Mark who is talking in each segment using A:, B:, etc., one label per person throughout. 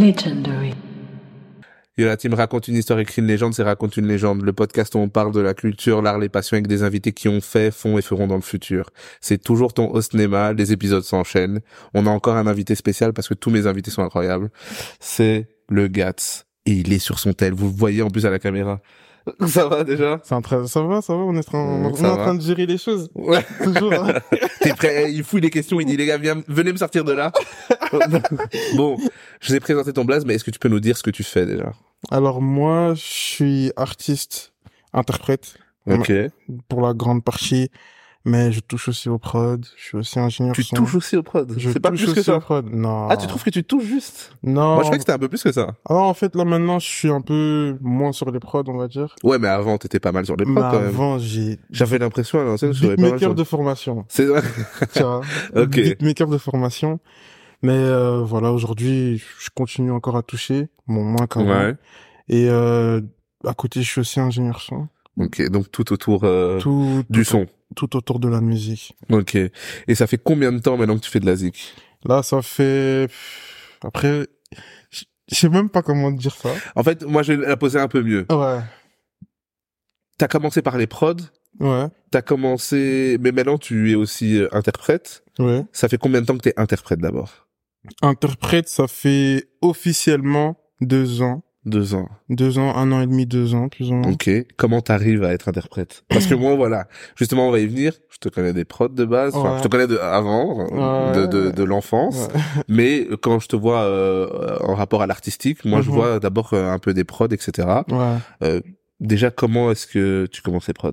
A: Legendary.
B: Et la team raconte une histoire, écrit une légende, c'est raconte une légende. Le podcast où on parle de la culture, l'art, les passions avec des invités qui ont fait, font et feront dans le futur. C'est toujours ton au cinéma, les épisodes s'enchaînent. On a encore un invité spécial parce que tous mes invités sont incroyables. C'est le Gats. Et il est sur son tel. Vous le voyez en plus à la caméra. Ça va déjà?
C: C'est un tra- Ça va, ça va, on est, tra- on
B: Mm,
C: est
B: ça
C: en
B: va.
C: train de gérer les choses.
B: Ouais.
C: Toujours. hein.
B: T'es prêt Eh, Il fouille les questions. Il dit les gars, viens- venez me sortir de là. bon, je vous ai présenté ton blaze, mais est-ce que tu peux nous dire ce que tu fais déjà
C: Alors moi, je suis artiste, interprète Ok. pour la grande partie, mais je touche aussi au prod. Je suis aussi ingénieur.
B: Tu
C: son.
B: touches aussi au prod.
C: hein. Je
B: C'est pas
C: touche
B: plus que
C: aussi au
B: ça.
C: prod. Non.
B: Ah, tu trouves que tu touches juste
C: Non.
B: Moi, je crois que c'était un peu plus que ça.
C: Alors en fait, là maintenant, je suis un peu moins sur les prods, on va dire.
B: Ouais, mais avant, t'étais pas mal sur les prods,
C: Mais
B: quand même.
C: avant, j'ai
B: J'avais l'impression à l'ancienne que je savais pas mal
C: beatmaker
B: sur-
C: de formation.
B: C'est vrai.
C: tu vois.
B: Ok.
C: Beatmaker de formation. Mais euh, voilà, aujourd'hui, je continue encore à toucher, bon moins quand même. Et euh, à côté, je suis aussi ingénieur son.
B: Ok, donc tout autour euh,
C: Tout,
B: du
C: tout,
B: son.
C: tout autour de la musique.
B: Ok. Et ça fait combien de temps maintenant que tu fais de la zik
C: Là, ça fait... Après, je je sais même pas comment dire ça.
B: En fait, moi, je vais la poser un peu mieux.
C: Ouais,
B: T'as commencé par les prods.
C: ouais,
B: T'as commencé, mais maintenant tu es aussi euh, interprète.
C: ouais.
B: Ça fait combien de temps que t'es interprète d'abord
C: Interprète, ça fait officiellement deux ans.
B: Deux ans.
C: Deux ans, un an et demi, deux ans, plus ou moins.
B: Ok. Comment t'arrives à être interprète Parce que moi, voilà, justement, on va y venir. Je te connais des prods de base. Enfin,
C: Ouais.
B: je te connais de avant, euh,
C: Ouais.
B: de de, de l'enfance.
C: Ouais.
B: Mais quand je te vois euh, en rapport à l'artistique, moi, je
C: Mhm.
B: vois d'abord euh, un peu des prods, etc.
C: ouais.
B: Déjà, comment est-ce que tu commences les prods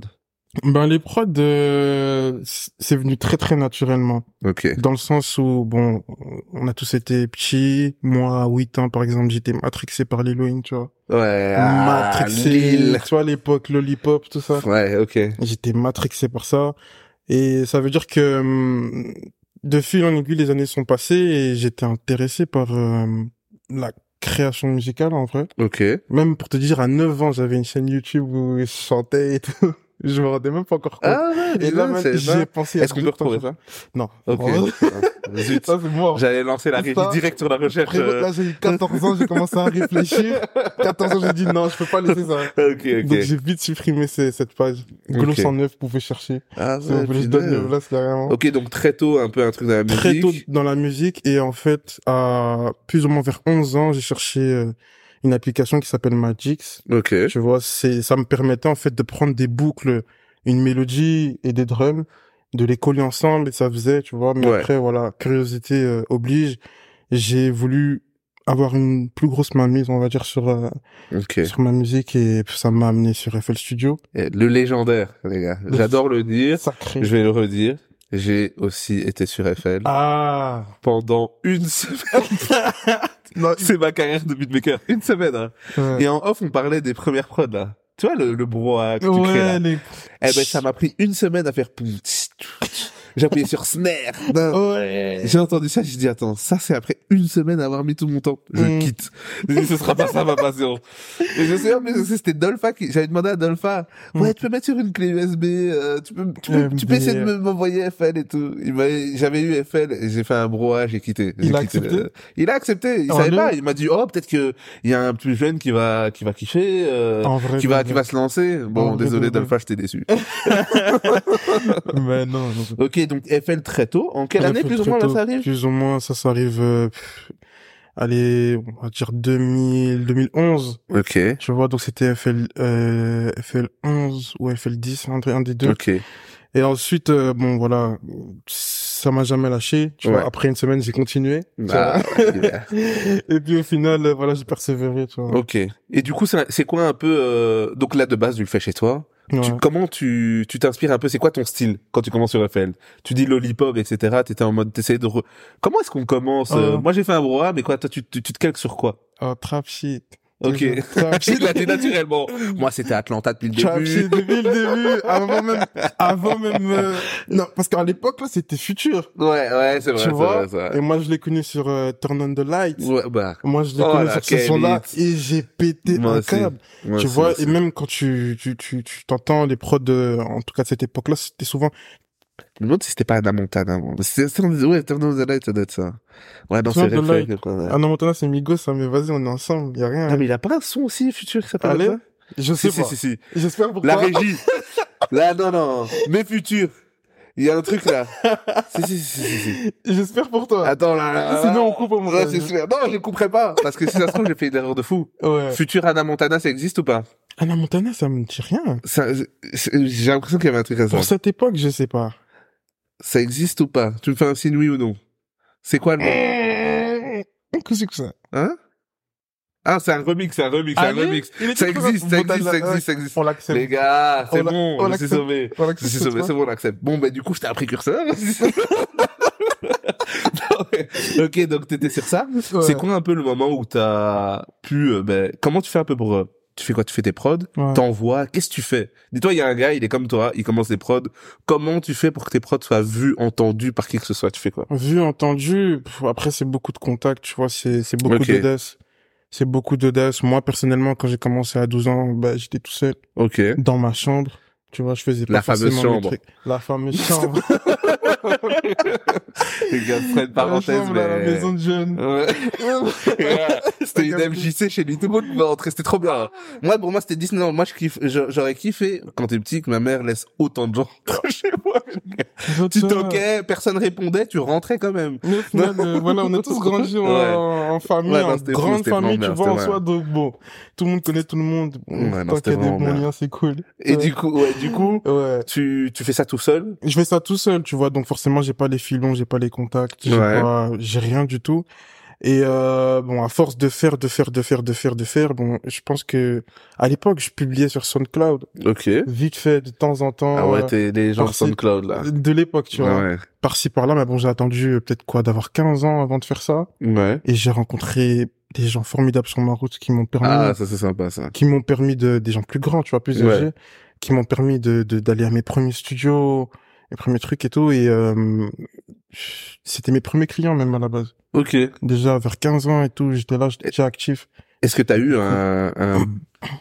C: Ben, les prods, euh, c- c'est venu très, très naturellement.
B: Ok.
C: Dans le sens où, bon, on a tous été petits. Moi, à 8 ans, par exemple, j'étais matrixé par l'Halloween, tu vois.
B: Ouais. ah,
C: matrixé,
B: Lille.
C: tu vois, à l'époque, Lollipop, tout ça.
B: Ouais, ok.
C: J'étais matrixé par ça. Et ça veut dire que, hum, de fil en aiguille, les années sont passées et j'étais intéressé par euh, la création musicale, en vrai.
B: Ok.
C: Même pour te dire, à 9 ans, j'avais une chaîne YouTube où je chantais et tout. Je me rendais même pas encore compte.
B: Ah ouais,
C: et là,
B: dis donc,
C: même,
B: c'est
C: j'y ai
B: dingue.
C: pensé il y a
B: Est-ce qu'on
C: deux
B: peut
C: temps,
B: retrouver
C: tu
B: ça
C: vois. Non.
B: Ok.
C: Bon,
B: Ah, Zut.
C: ça, c'est mort.
B: J'allais lancer la régie
C: Ça-
B: direct sur la recherche.
C: Après,
B: euh.
C: là, j'ai eu 14 ans, j'ai commencé à réfléchir. 14 ans, j'ai dit non, je peux pas laisser ça.
B: Ok,
C: Donc,
B: ok.
C: j'ai vite supprimé ces- cette page. Glow
B: Ok.
C: 109, vous pouvez chercher.
B: Ah
C: Si vous
B: ouais,
C: voulez, je
B: putain.
C: donne le blast carrément.
B: Ok, donc très Hein tôt, un peu un truc dans la musique.
C: Très tôt dans la musique, et en fait, à plus ou moins vers 11 ans, j'ai cherché euh, une application qui s'appelle Magix.
B: Ok.
C: Tu vois, c'est, ça me permettait en fait de prendre des boucles, une mélodie et des drums, de les coller ensemble et ça faisait, tu vois. Mais
B: Ouais.
C: après, voilà, curiosité euh, oblige, j'ai voulu avoir une plus grosse mainmise, on va dire, sur euh,
B: Ok.
C: sur ma musique et ça m'a amené sur FL Studio.
B: Eh, Le légendaire, les gars. J'adore le dire.
C: Sacré.
B: Je vais le redire. J'ai aussi été sur FL
C: Ah.
B: pendant une semaine.
C: Non,
B: C'est ma carrière de beatmaker. Une semaine. hein.
C: ouais.
B: Et en off, on parlait des premières prods, là. Tu vois, le, le brouhaha que tu crées, là.
C: Ouais, les...
B: Eh ben, ça m'a pris une semaine à faire... poum, tss, tss. J'ai appuyé sur snare. Non.
C: Ouais.
B: J'ai entendu ça, j'ai dit attends, ça c'est après une semaine à avoir mis tout mon temps, je
C: Mm.
B: quitte. J'ai dit, ce sera pas ça ma passion. Et je sais, en plus, c'était Dolpha qui, j'avais demandé à Dolpha, ouais,
C: Mm.
B: tu peux mettre sur une clé USB, euh, tu peux, tu peux, tu peux
C: MDR.
B: essayer de me- m'envoyer FL et tout. Il m'avait- j'avais eu FL, et j'ai fait un brouhaha, j'ai quitté. J'ai
C: Il a
B: quitté
C: accepté
B: le- Il a accepté, il
C: En
B: savait
C: ligne
B: pas, il m'a dit oh peut-être que il y a un plus jeune qui va, qui va kiffer, euh,
C: En vrai.
B: qui va,
C: de
B: qui
C: vrai.
B: va se lancer. Bon,
C: En vrai,
B: désolé
C: de vrai.
B: Dolpha, je t'ai déçu.
C: Mais non, non.
B: ok, donc FL très tôt. En quelle
C: Très
B: année
C: tôt,
B: plus ou
C: très
B: moins là
C: tôt.
B: ça arrive?
C: Plus ou moins, ça, ça arrive, euh, pff, allez, on va dire 2000, 2011.
B: Ok,
C: Tu vois, donc c'était FL, euh, FL11 ou FL10, un, des- un des deux.
B: ok.
C: Et ensuite, euh, bon, voilà, ça m'a jamais lâché. Tu
B: Ouais.
C: vois, après une semaine, j'ai continué. tu
B: Bah, ouais.
C: vois. Et puis au final, euh, voilà, j'ai persévéré, tu vois.
B: Ok. Et du coup, c'est c'est quoi un peu euh, donc là de base tu le fais chez toi.
C: Ouais.
B: Tu, comment tu tu t'inspires un peu C'est quoi ton style quand tu commences sur FL Tu dis lollipop, etc. T'étais en mode t'essayais de. re- Comment est-ce qu'on commence euh,
C: Ouais.
B: Moi j'ai fait un brouhaha, mais quoi Toi tu, tu, tu te calques sur quoi
C: Oh, trap shit.
B: Ok.
C: Trap
B: Tu
C: shit.
B: l'as dit naturellement. Moi c'était Atlanta depuis le
C: Trap
B: début.
C: shit depuis le début, avant même, avant même, euh, non, parce qu'à l'époque, là, c'était futur.
B: Ouais ouais c'est vrai.
C: tu
B: c'est
C: vois
B: vrai, c'est vrai.
C: et moi je l'ai connu sur euh, Turn on the Light
B: Ouais bah.
C: moi je l'ai
B: Oh
C: connu
B: là,
C: sur ce
B: quel
C: son là
B: hit.
C: et j'ai pété
B: Moi
C: un
B: aussi.
C: câble
B: ouais,
C: tu
B: c'est-
C: vois
B: c'est-
C: et même quand tu tu tu tu t'entends les prods de, en tout cas de cette époque là c'était souvent
B: Je me demande si c'était pas Anna Montana. Bon. C'est, c'est, ouais, Turn on the Light, ça doit être ça. Ouais, non,
C: Turn
B: c'est
C: on the
B: Red
C: Light.
B: Flag, quoi. ouais.
C: Anna Montana, Ah c'est Migos, ça, mais vas-y, on est ensemble, y a rien.
B: Ah, mais il a pas un son aussi futur qui s'appelle
C: Allez,
B: comme
C: je
B: ça
C: sais
B: si,
C: pas.
B: si, si, si.
C: J'espère pour
B: La
C: toi.
B: régie. là, non, non. Mes futurs. Il y a un truc là. si, si, si, si, si.
C: J'espère pour toi.
B: Attends, là, là, là.
C: Sinon, on coupe
B: Ah,
C: au
B: Ouais,
C: montage.
B: c'est super. Non, je ne couperai pas. Parce que si ça se trouve, j'ai fait une erreur de fou.
C: Ouais.
B: Futur Anna Montana, ça existe ou pas
C: Anna Montana, ça me dit rien.
B: Ça, c'est- J'ai l'impression qu'il y avait un truc à ça.
C: Pour cette époque, je sais pas.
B: Ça existe ou pas Tu me fais un signe oui ou non C'est quoi le nom
C: Qu'est-ce que c'est que ça
B: Hein Ah, c'est un remix, c'est un remix, c'est un
C: Allez,
B: remix.
C: il était
B: Ah Ça
C: quoi,
B: existe,
C: ce
B: ça
C: montage-là
B: existe, ça
C: Ouais,
B: existe, ça existe.
C: On l'accepte.
B: Les gars, c'est Oh
C: On l'a-
B: bon,
C: on
B: je suis
C: l'accepte.
B: sauvé.
C: On
B: Je
C: l'accepte,
B: suis
C: tu
B: sauvé,
C: vois.
B: c'est bon, on l'accepte. Bon, bah du coup, j'étais un précurseur. Non, mais- ok, donc t'étais sur ça
C: Ouais.
B: C'est quoi un peu le moment où t'as pu... euh, ben, comment tu fais un peu pour... euh, tu fais quoi Tu fais tes prods
C: Ouais.
B: T'envoies Qu'est-ce que tu fais Dis-toi, il y a un gars, il est comme toi, il commence des prods. Comment tu fais pour que tes prods soient vus, entendus par qui que ce soit Tu fais quoi
C: Vu, entendu, pff, après c'est beaucoup de contacts, tu vois, c'est c'est beaucoup
B: Ok.
C: d'audace. C'est beaucoup d'audace. Moi personnellement, quand j'ai commencé à 12 ans, bah, j'étais tout seul
B: Ok.
C: dans ma chambre. Tu vois, je faisais pas
B: La fameuse
C: forcément mes
B: chambre.
C: trucs. La fameuse chambre.
B: Les gars, je ferai une
C: la
B: parenthèse,
C: chambre
B: mais...
C: à la maison de jeunes.
B: Ouais. c'était une
C: Regarde.
B: MJC chez lui, tout le monde pouvait entrer, c'était trop bien. Moi, pour moi, c'était Disneyland. Moi, je kiffe, je- j'aurais kiffé quand t'es petit que ma mère laisse autant de gens chez moi. Tu toquais, personne répondait, tu rentrais quand même.
C: Mais au final, euh, voilà, on a tous grandi en,
B: Ouais.
C: en famille,
B: Ouais, non,
C: en
B: c'était fou,
C: grande
B: c'était
C: famille,
B: vraiment
C: tu
B: bien,
C: vois, en
B: c'était
C: soi, donc bon, tout le monde connaît tout le monde.
B: Ouais, non,
C: Tant
B: c'était
C: qu'il y a des
B: vraiment
C: bons
B: bien.
C: liens, c'est cool.
B: Et
C: Ouais.
B: du coup, ouais, du coup,
C: Ouais.
B: tu, tu fais ça tout seul.
C: je fais ça tout seul, tu vois. Donc forcément, j'ai pas les filons, j'ai pas les contacts, j'ai
B: Ouais.
C: pas, j'ai rien du tout. Et euh, bon, à force de faire, de faire, de faire, de faire, de faire, bon, je pense que à l'époque, je publiais sur SoundCloud
B: Ok.
C: vite fait de temps en temps.
B: Ah ouais,
C: euh,
B: t'es les gens de
C: Merci.
B: SoundCloud, là.
C: de l'époque, tu vois,
B: ouais.
C: par-ci par-là, mais bon, j'ai attendu euh, peut-être quoi d'avoir 15 ans avant de faire ça,
B: Ouais.
C: et j'ai rencontré des gens formidables sur ma route qui m'ont permis,
B: Ah, ça, c'est sympa, ça.
C: qui m'ont permis de des gens plus grands, tu vois, plus
B: Ouais.
C: âgés, qui m'ont permis de de- d'aller à mes premiers studios, mes premiers trucs et tout, et euh, c'était mes premiers clients même à la base.
B: Ok.
C: Déjà vers 15 ans et tout, j'étais là, j'étais déjà actif.
B: Est-ce que t'as eu un, un,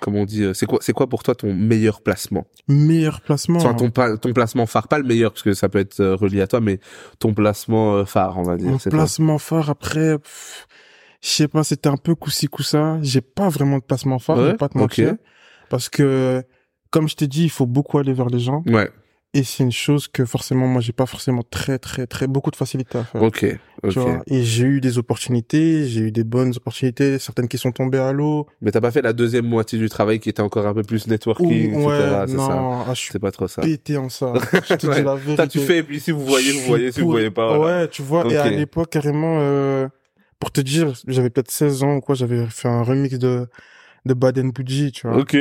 B: comment on dit, euh, c'est quoi, c'est quoi pour toi ton meilleur placement?
C: Meilleur placement. hein.
B: Enfin, ton, pla- ton placement phare, pas le meilleur, parce que ça peut être euh, relié à toi, mais ton placement euh, phare, on va dire.
C: Mon
B: c'est
C: placement phare après, pff, je sais pas, c'était un peu coussi coussa. J'ai pas vraiment de placement phare,
B: Ouais,
C: je vais pas te
B: ok.
C: mentir, parce que comme je t'ai dit, il faut beaucoup aller vers les gens,
B: ça. Ouais,
C: et c'est une chose que forcément moi j'ai pas forcément très très très beaucoup de facilité à faire.
B: ok, ok.
C: Tu vois, et j'ai eu des opportunités, j'ai eu des bonnes opportunités, certaines qui sont tombées à l'eau.
B: Mais t'as pas fait la deuxième moitié du travail qui était encore un peu plus
C: Ou,
B: networking, etc.
C: ouais,
B: C'est ça.
C: non, ah, je suis
B: C'est pas trop ça.
C: pété en ça. Je te
B: Ouais.
C: dis la vérité.
B: T'as tu fais, et puis si vous voyez,
C: Je
B: vous
C: suis
B: voyez, si vous
C: pourri.
B: voyez pas. voilà.
C: Ouais, tu vois, et
B: Ok.
C: à l'époque, carrément, euh, pour te dire, j'avais peut-être 16 ans ou quoi, j'avais fait un remix de, de Baden Budgie, tu vois.
B: Ok.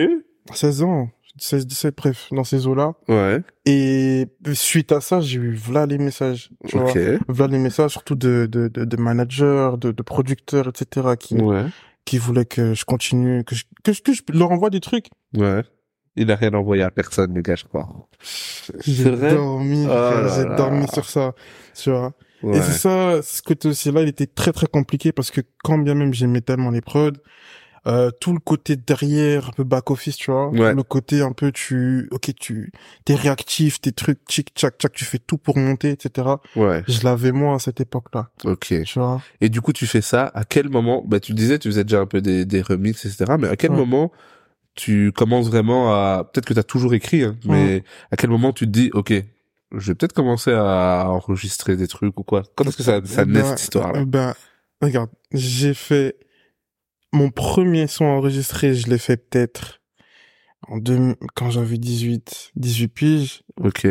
C: 16 ans, 16, 17, bref, dans ces eaux-là.
B: Ouais.
C: Et suite à ça, j'ai eu voilà les messages, tu vois.
B: Ok.
C: Voilà les messages, surtout de, de, de, de managers, de, de producteurs, etc., qui,
B: Ouais.
C: qui voulaient que je continue, que je, que je, que je leur envoie des trucs.
B: Ouais. Il a rien envoyé à personne, les gars, je crois.
C: J'ai
B: vrai
C: dormi,
B: Oh
C: frère,
B: là
C: j'ai
B: là.
C: dormi sur ça, tu vois.
B: Ouais.
C: Et c'est ça, ce côté aussi-là, il était très très compliqué parce que quand bien même j'aimais tellement les prods, euh, tout le côté derrière, un peu back-office, tu vois,
B: Ouais.
C: le côté un peu tu, ok, tu, t'es réactif, tes trucs, tchic, tchac, tchac, tu fais tout pour monter, etc.
B: Ouais.
C: Je l'avais moi à cette époque-là,
B: Ok.
C: tu vois.
B: Et du coup, tu fais ça. À quel moment Bah, tu disais, tu faisais déjà un peu des, des remixes, etc. Mais à quel
C: Ouais.
B: moment tu commences vraiment à Peut-être que t'as toujours écrit, hein, mais à quel moment tu te dis, ok, je vais peut-être commencer à enregistrer des trucs ou quoi Quand est-ce que ça, ça
C: Eh
B: naît
C: ben,
B: cette histoire-là
C: eh Ben, regarde, j'ai fait mon premier son enregistré, je l'ai fait peut-être en deux, quand j'avais 18, 18 piges,
B: Ok,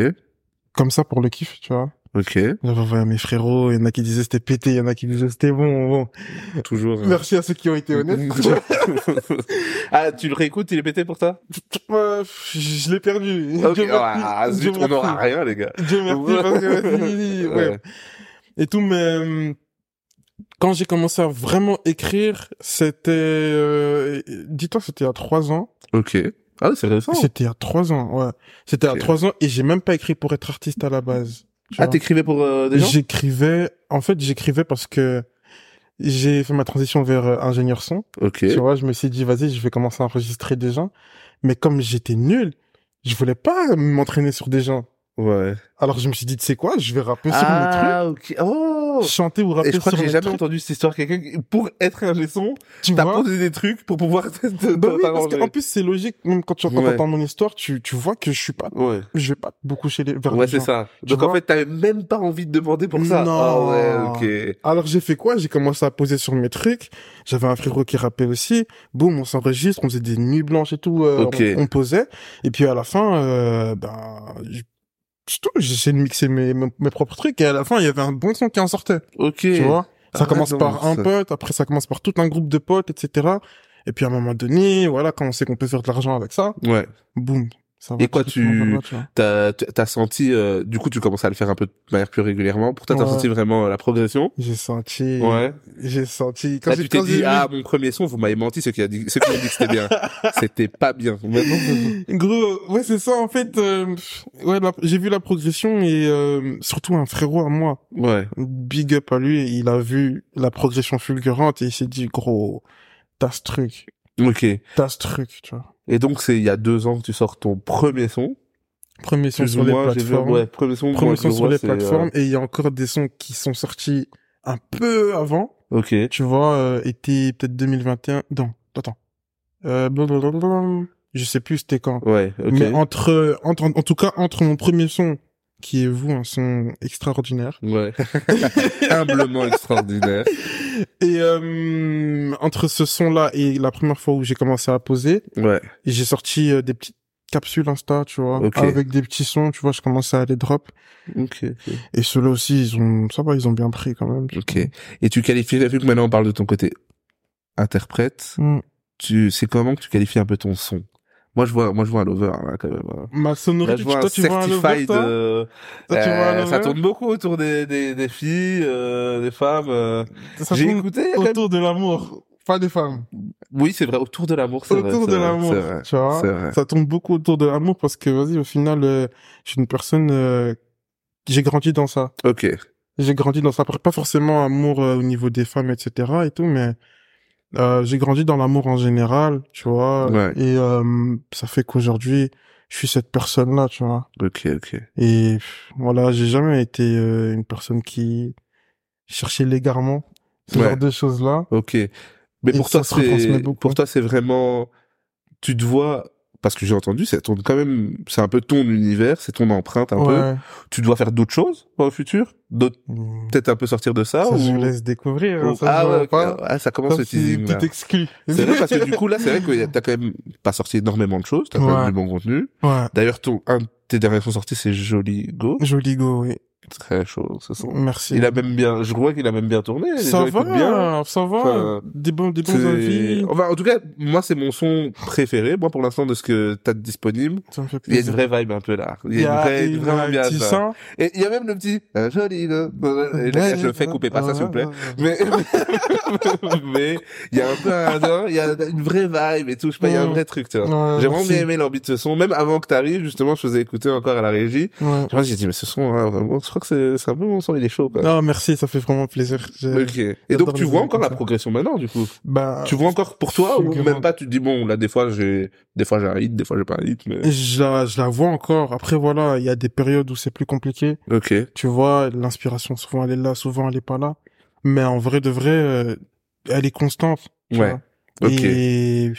C: comme ça pour le kiff, tu vois.
B: ok,
C: J'avais envoyé à mes frérots, il y en a qui disaient c'était pété, il y en a qui disaient c'était bon, bon.
B: toujours. hein.
C: Merci à ceux qui ont été honnêtes.
B: ah, tu le réécoutes, il est pété pour toi
C: Ouais, pff, je l'ai perdu.
B: Ok,
C: Dieu merci.
B: ah,
C: Dieu
B: zut, on
C: merci.
B: n'aura rien, les gars.
C: Dieu merci parce que vas-y, ouais.
B: Ouais.
C: Et tout, mais euh, quand j'ai commencé à vraiment écrire, c'était, euh, dis-toi, c'était à trois ans.
B: Ok. Ah, c'est récent.
C: C'était à trois ans, ouais. C'était
B: Ok.
C: à trois ans et j'ai même pas écrit pour être artiste à la base. tu
B: Ah,
C: vois.
B: t'écrivais pour euh, des gens
C: J'écrivais, en fait, j'écrivais parce que j'ai fait ma transition vers euh, ingénieur son.
B: Ok.
C: Tu vois, je me suis dit, vas-y, je vais commencer à enregistrer des gens. Mais comme j'étais nul, je voulais pas m'entraîner sur des gens.
B: Ouais.
C: Alors je me suis dit, tu sais quoi, je vais rapper sur mon
B: Ah, ok. Oh!
C: truc, chanter ou rapper
B: Et je crois
C: sur
B: que j'ai
C: mon
B: jamais
C: truc.
B: entendu cette histoire. Quelqu'un, qui- pour être un leçon,
C: Tu
B: t'as
C: vois
B: posé des trucs pour pouvoir te, te-
C: Bah oui, parce
B: t'arranger.
C: qu'en plus c'est logique. Même quand tu quand
B: Ouais.
C: t'entends mon histoire, tu tu vois que je suis pas,
B: Ouais.
C: je vais pas beaucoup chez les vers
B: Ouais,
C: les
B: c'est
C: gens.
B: ça.
C: Tu
B: Donc en
C: vois
B: fait, t'avais même pas envie de demander pour ça.
C: Non.
B: Ah ouais, ok.
C: Alors j'ai fait quoi J'ai commencé à poser sur mes trucs. J'avais un frérot qui rappait aussi. Boum, on s'enregistre, on faisait des nuits blanches et tout. euh,
B: Ok.
C: on, on posait. Et puis à la fin, euh, ben, je- c'est tout. J'essayais de mixer mes, mes, mes propres trucs. Et à la fin, il y avait un bon son qui en sortait.
B: Ok.
C: Tu vois
B: Ah,
C: Ça commence par un
B: donc.
C: pote, après ça commence par tout un groupe de potes, etc. Et puis à un moment donné, voilà, quand on sait qu'on peut faire de l'argent avec ça,
B: Ouais.
C: boum, ça va.
B: Et quoi,
C: tout doucement,
B: tu-
C: ça va, tu
B: T'as,
C: vois.
B: t'as senti, euh, du coup, tu commences à le faire un peu de manière plus régulièrement. Pour toi, t'as
C: Ouais.
B: senti vraiment euh, la progression.
C: J'ai senti,
B: Ouais.
C: j'ai senti.
B: Là,
C: j'ai-
B: tu t'es
C: j'ai
B: dit,
C: vu-
B: ah, mon premier son, vous m'avez menti, ceux qui ont dit, ceux qui ont dit que c'était bien. c'était pas bien. Maintenant, je-
C: Gros, ouais, c'est ça, en fait, euh, pff, ouais, la- j'ai vu la progression et, euh, surtout un frérot à moi,
B: ouais.
C: big up à lui, il a vu la progression fulgurante et il s'est dit, gros, t'as ce truc,
B: Ok.
C: t'as ce truc, tu vois.
B: Et donc, c'est il y a deux ans que tu sors ton premier son.
C: Premier son
B: Plus
C: sur
B: ou
C: les
B: moins, j'ai vu.
C: plateformes.
B: Ouais, premier son. moi,
C: Premier
B: je
C: son
B: le
C: sur
B: vois,
C: les
B: c'est, euh,
C: plateformes et il y a encore des sons qui sont sortis un peu avant,
B: Ok.
C: tu vois, euh, été peut-être 2021, non, attends, euh, blablabla, je sais plus c'était quand.
B: Ouais. Ok.
C: Mais entre, entre, en tout cas, entre mon premier son, qui est vous, un son extraordinaire,
B: Ouais. Humblement extraordinaire.
C: et euh, entre ce son-là et la première fois où j'ai commencé à poser,
B: Ouais.
C: j'ai sorti euh, des petites capsules Insta, tu vois,
B: Ok.
C: avec des petits sons, tu vois, je commençais à les drop.
B: Ok. ok.
C: Et ceux-là aussi, ils ont, ça va, ils ont bien pris quand même.
B: Ok. Et tu qualifies, vu que maintenant on parle de ton côté interprète,
C: Hmm.
B: tu, c'est comment que tu qualifies un peu ton son? Moi, je vois, moi, je vois un lover, hein, quand même. hein.
C: Ma
B: Là,
C: sonorité,
B: je
C: tu,
B: vois un
C: toi, tu vois un lover,
B: certified,
C: toi
B: euh,
C: Toi, tu vois un
B: euh, ça
C: lover
B: tourne beaucoup autour des, des, des filles, euh, des femmes, euh.
C: Ça
B: J'ai
C: tourne
B: écouté, quand même.
C: autour de l'amour, pas des femmes.
B: Oui, c'est vrai, autour de l'amour, c'est vrai.
C: Autour
B: c'est
C: de
B: vrai,
C: l'amour, Ah.
B: C'est vrai.
C: tu vois.
B: C'est vrai.
C: ça tombe beaucoup autour de l'amour parce que vas-y au final euh, je suis une personne euh, j'ai grandi dans ça
B: Ok.
C: j'ai grandi dans ça Après, pas forcément amour euh, au niveau des femmes etc et tout mais euh, j'ai grandi dans l'amour en général tu vois
B: Ouais.
C: et euh, ça fait qu'aujourd'hui je suis cette personne là tu vois
B: Ok, ok.
C: et pff, voilà j'ai jamais été euh, une personne qui cherchait l'égarement ce
B: Ouais.
C: genre de choses là
B: Ok. Mais
C: Et
B: pour
C: ça
B: toi,
C: se retransmet
B: c'est,
C: beaucoup.
B: pour toi, c'est vraiment, tu te vois, parce que j'ai entendu, ça tourne quand même, c'est un peu ton univers, c'est ton empreinte un peu.
C: ouais
B: tu dois faire d'autres choses dans le futur d'autres
C: Mmh.
B: peut-être un peu sortir de ça,
C: ça
B: Ah ou
C: je vous laisse découvrir hein,
B: ou-
C: ça,
B: ah
C: je
B: ouais
C: vois
B: ok.
C: pas.
B: ah ça commence
C: Comme
B: le
C: si
B: teasing là
C: tout exclu
B: c'est vrai parce que du coup là c'est vrai que y a- t'as quand même pas sorti énormément de choses t'as quand
C: Ouais.
B: même du bon contenu
C: ouais
B: d'ailleurs ton un de tes derniers sont sortis c'est Joli Go
C: Joli go, oui.
B: très chaud ce son
C: Merci.
B: il a même bien je crois qu'il a même bien tourné les
C: ça
B: gens écoutent
C: va,
B: bien
C: ça va.
B: Enfin,
C: des bons, des bons
B: C'est- Oh,
C: avis.
B: enfin en tout cas moi c'est mon son préféré moi pour l'instant de ce que t'as de disponible
C: Ça me fait
B: il y a une
C: plaisir.
B: vraie vibe un peu là il y a une vraie une vraie ambiance
C: petit
B: là.
C: sein.
B: Et il y a même le petit un joli le- et là, je le fais couper pas ça s'il vous plaît. Mais mais il y a un peu un un- il y a une vraie vibe et tout, je sais pas, il y a un vrai truc, tu vois.
C: Ouais,
B: J'ai vraiment bien
C: merci.
B: aimé l'orbite de ce son, même avant que t'arrives, justement, je faisais écouter encore à la régie.
C: Ouais.
B: Tu vois, j'ai dit mais ce son hein, vraiment, je crois que c'est c'est un peu mon son, il est chaud quoi.
C: Non, merci, ça fait vraiment plaisir. Je-
B: OK. Et donc tu
C: les
B: vois
C: idées
B: encore
C: comme
B: la
C: ça.
B: progression maintenant du coup.
C: Bah,
B: Tu vois encore pour toi ou
C: fulgurante.
B: même pas tu te dis bon là des fois j'ai des fois j'ai un hit, des fois j'ai pas un hit mais
C: je la, je la vois encore. Après, voilà, il y a des périodes où c'est plus compliqué.
B: OK.
C: Tu vois, l'inspiration, souvent elle est là, souvent elle est pas là. Mais en vrai de vrai, euh, elle est constante. tu
B: Ouais.
C: vois.
B: OK.
C: Et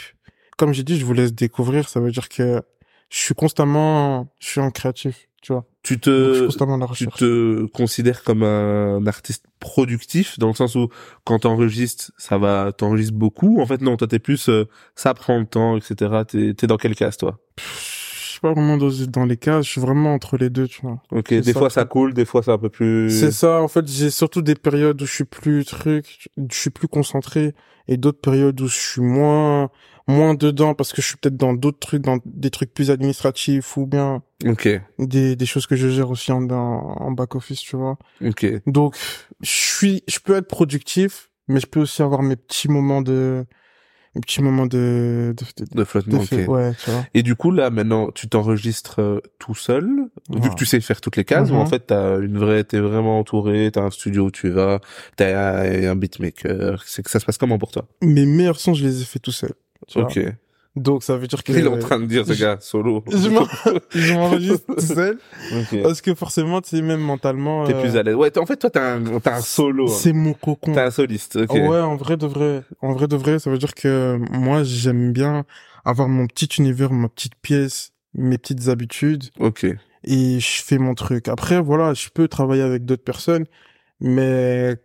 C: comme j'ai dit, je vous laisse découvrir. Ça veut dire que je suis constamment, je suis en créatif, tu vois.
B: Tu
C: Donc, je suis
B: te
C: constamment à la
B: Euh, tu
C: recherche.
B: te considères comme un artiste productif dans le sens où quand t'enregistres, ça va, t'enregistres beaucoup. En fait, non, toi t'es plus, euh, ça prend le temps, etc. T'es, t'es dans quelle case toi
C: Pff, Je suis pas vraiment dans, dans les cases. Je suis vraiment entre les deux, tu vois.
B: Ok,
C: C'est
B: des
C: ça,
B: fois
C: tu-
B: ça coule, des fois c'est un peu plus.
C: C'est ça. En fait, j'ai surtout des périodes où je suis plus truc, je suis plus concentré, et d'autres périodes où je suis moins, moins dedans parce que je suis peut-être dans d'autres trucs, dans des trucs plus administratifs ou bien
B: Ok,
C: des, des choses que je gère aussi en, en back office, tu vois.
B: ok,
C: Donc, je suis, je peux être productif, mais je peux aussi avoir mes petits moments de, mes petits moments de, de, de,
B: de flottement.
C: de
B: ok.
C: fait- ouais, tu vois.
B: Et du coup là maintenant, tu t'enregistres euh, tout seul, vu
C: Ouais.
B: que tu sais faire toutes les cases.
C: Mhm.
B: Ou en fait t'as une vraie, t'es vraiment entouré, t'as un studio où tu vas, t'as un, un beatmaker. C'est que ça se passe comment pour toi
C: Mes meilleurs sons, je les ai fait tout seul. tu vois.
B: Ok,
C: Donc ça veut dire que
B: Il est en train de dire, ce
C: Euh, je-
B: gars, solo.
C: je m'en- je m'enregistre tout seul
B: Ok.
C: parce que forcément, tu sais, même mentalement,
B: T'es
C: euh,
B: plus à l'aise. Ouais, t'es- en fait, toi, t'es un, t'es un solo. hein.
C: c'est mon cocon.
B: T'es un soliste, ok.
C: Ouais, en vrai de vrai, en vrai de vrai, ça veut dire que moi j'aime bien avoir mon petit univers, ma petite pièce, mes petites habitudes
B: Ok.
C: et je fais mon truc. Après voilà, je peux travailler avec d'autres personnes, mais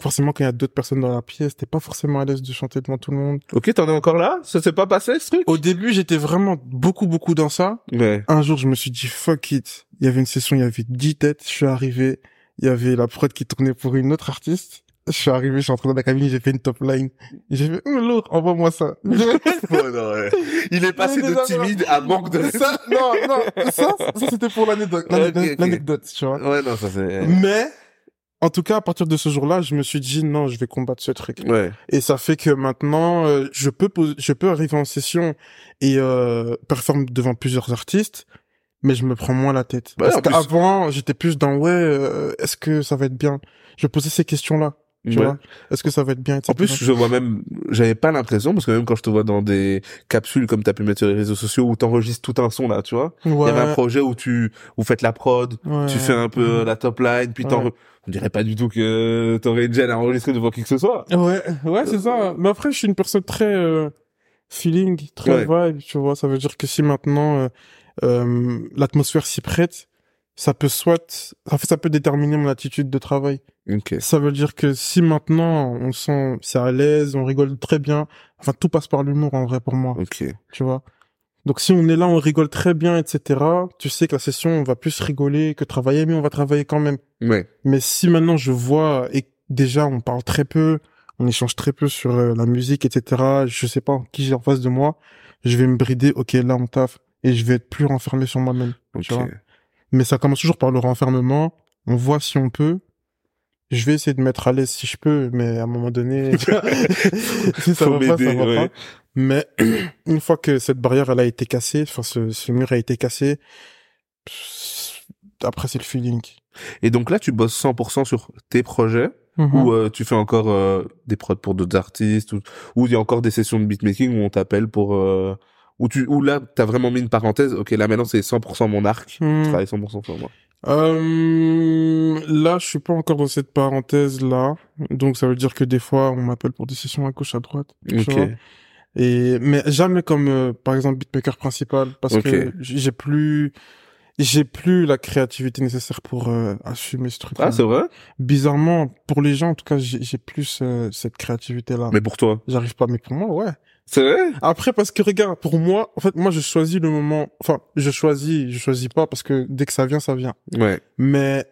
C: forcément quand il y a d'autres personnes dans la pièce, t'es pas forcément à l'aise de chanter devant tout le monde.
B: Ok, t'en es encore là? Ça s'est pas passé, ce truc?
C: Au début, j'étais vraiment beaucoup beaucoup dans ça.
B: Ouais.
C: Un jour, je me suis dit fuck it. Il y avait une session, il y avait 10 têtes, je suis arrivé, il y avait la prod qui tournait pour une autre artiste. Je suis arrivé, je suis entré dans la cabine, j'ai fait une top line. J'ai fait, hum, lourd, envoie-moi ça.
B: Oh, non, ouais. Il est passé de timide à manque de
C: ça, non, non, ça, ça c'était pour l'anecdote, l'anecdote,
B: Ok, ok.
C: l'anecdote, tu vois.
B: Ouais, non, ça c'est.
C: Mais, en tout cas, à partir de ce jour-là, je me suis dit, non, je vais combattre ce truc.
B: Ouais.
C: Et ça fait que maintenant, euh, je peux poser- je peux arriver en session et euh, performer devant plusieurs artistes, mais je me prends moins la tête.
B: Bah, en
C: Parce
B: plus-
C: qu'avant, j'étais plus dans ouais, euh, est-ce que ça va être bien Je posais ces questions-là, tu
B: Ouais.
C: vois. Est-ce que ça va être bien etc.
B: En plus, je vois même, j'avais pas l'impression, parce que même quand je te vois dans des capsules comme t'as pu mettre sur les réseaux sociaux où t'enregistres tout un son là, tu vois. Il
C: ouais,
B: y avait un projet où tu, où faites la prod,
C: ouais. Mm.
B: tu fais un peu la top line, puis t'en,
C: Ouais.
B: on dirait pas du tout que t'aurais déjà à enregistrer devant qui que ce soit.
C: Ouais, ouais, c'est ça. Mais après, je suis une personne très euh, feeling, très vibe, tu vois. Ça veut dire que si maintenant euh, euh, l'atmosphère s'y prête, ça peut soit, en fait, ça peut déterminer mon attitude de travail.
B: Ok.
C: Ça veut dire que si maintenant on sent c'est à l'aise, on rigole très bien, enfin tout passe par l'humour en vrai pour moi,
B: Ok.
C: tu vois. Donc si on est là, on rigole très bien, etc. Tu sais que la session, on va plus rigoler que travailler, mais on va travailler quand même.
B: Ouais.
C: Mais si maintenant je vois et que déjà on parle très peu, on échange très peu sur euh, la musique, etc. Je sais pas qui j'ai en face de moi, je vais me brider. Ok, là on taffe et je vais être plus renfermé sur moi-même.
B: Ok.
C: Tu vois. Mais ça commence toujours par le renfermement. On voit si on peut. Je vais essayer de mettre à l'aise si je peux, mais à un moment donné, si ça
B: Faut
C: va pas, ça
B: m'aider,
C: va
B: ouais.
C: pas. Mais une fois que cette barrière, elle a été cassée, enfin, ce, ce mur a été cassé, après, c'est le feeling.
B: Et donc là, tu bosses 100% sur tes projets, ou euh, tu fais encore euh, des prods pour d'autres artistes, ou ou il y a encore des sessions de beatmaking où on t'appelle pour, euh, où tu, où là, t'as vraiment mis une parenthèse. Ok, là maintenant c'est 100% mon arc.
C: Hmm.
B: Je travaille 100% sur moi.
C: Euh, là, je suis pas encore dans cette parenthèse là, donc ça veut dire que des fois, on m'appelle pour des sessions à gauche, à droite. tu
B: Ok.
C: vois. Et mais jamais comme euh, par exemple beatmaker principal parce
B: Ok.
C: que j- j'ai plus j'ai plus la créativité nécessaire pour euh, assumer ce truc.
B: Ah, c'est vrai?
C: Bizarrement pour les gens en tout cas j'ai j'ai plus euh, cette créativité là.
B: Mais pour toi.
C: J'arrive pas mais pour moi ouais.
B: C'est vrai?
C: Après parce que regarde pour moi en fait moi je choisis le moment enfin je choisis je choisis pas parce que dès que ça vient ça vient.
B: Ouais.
C: Mais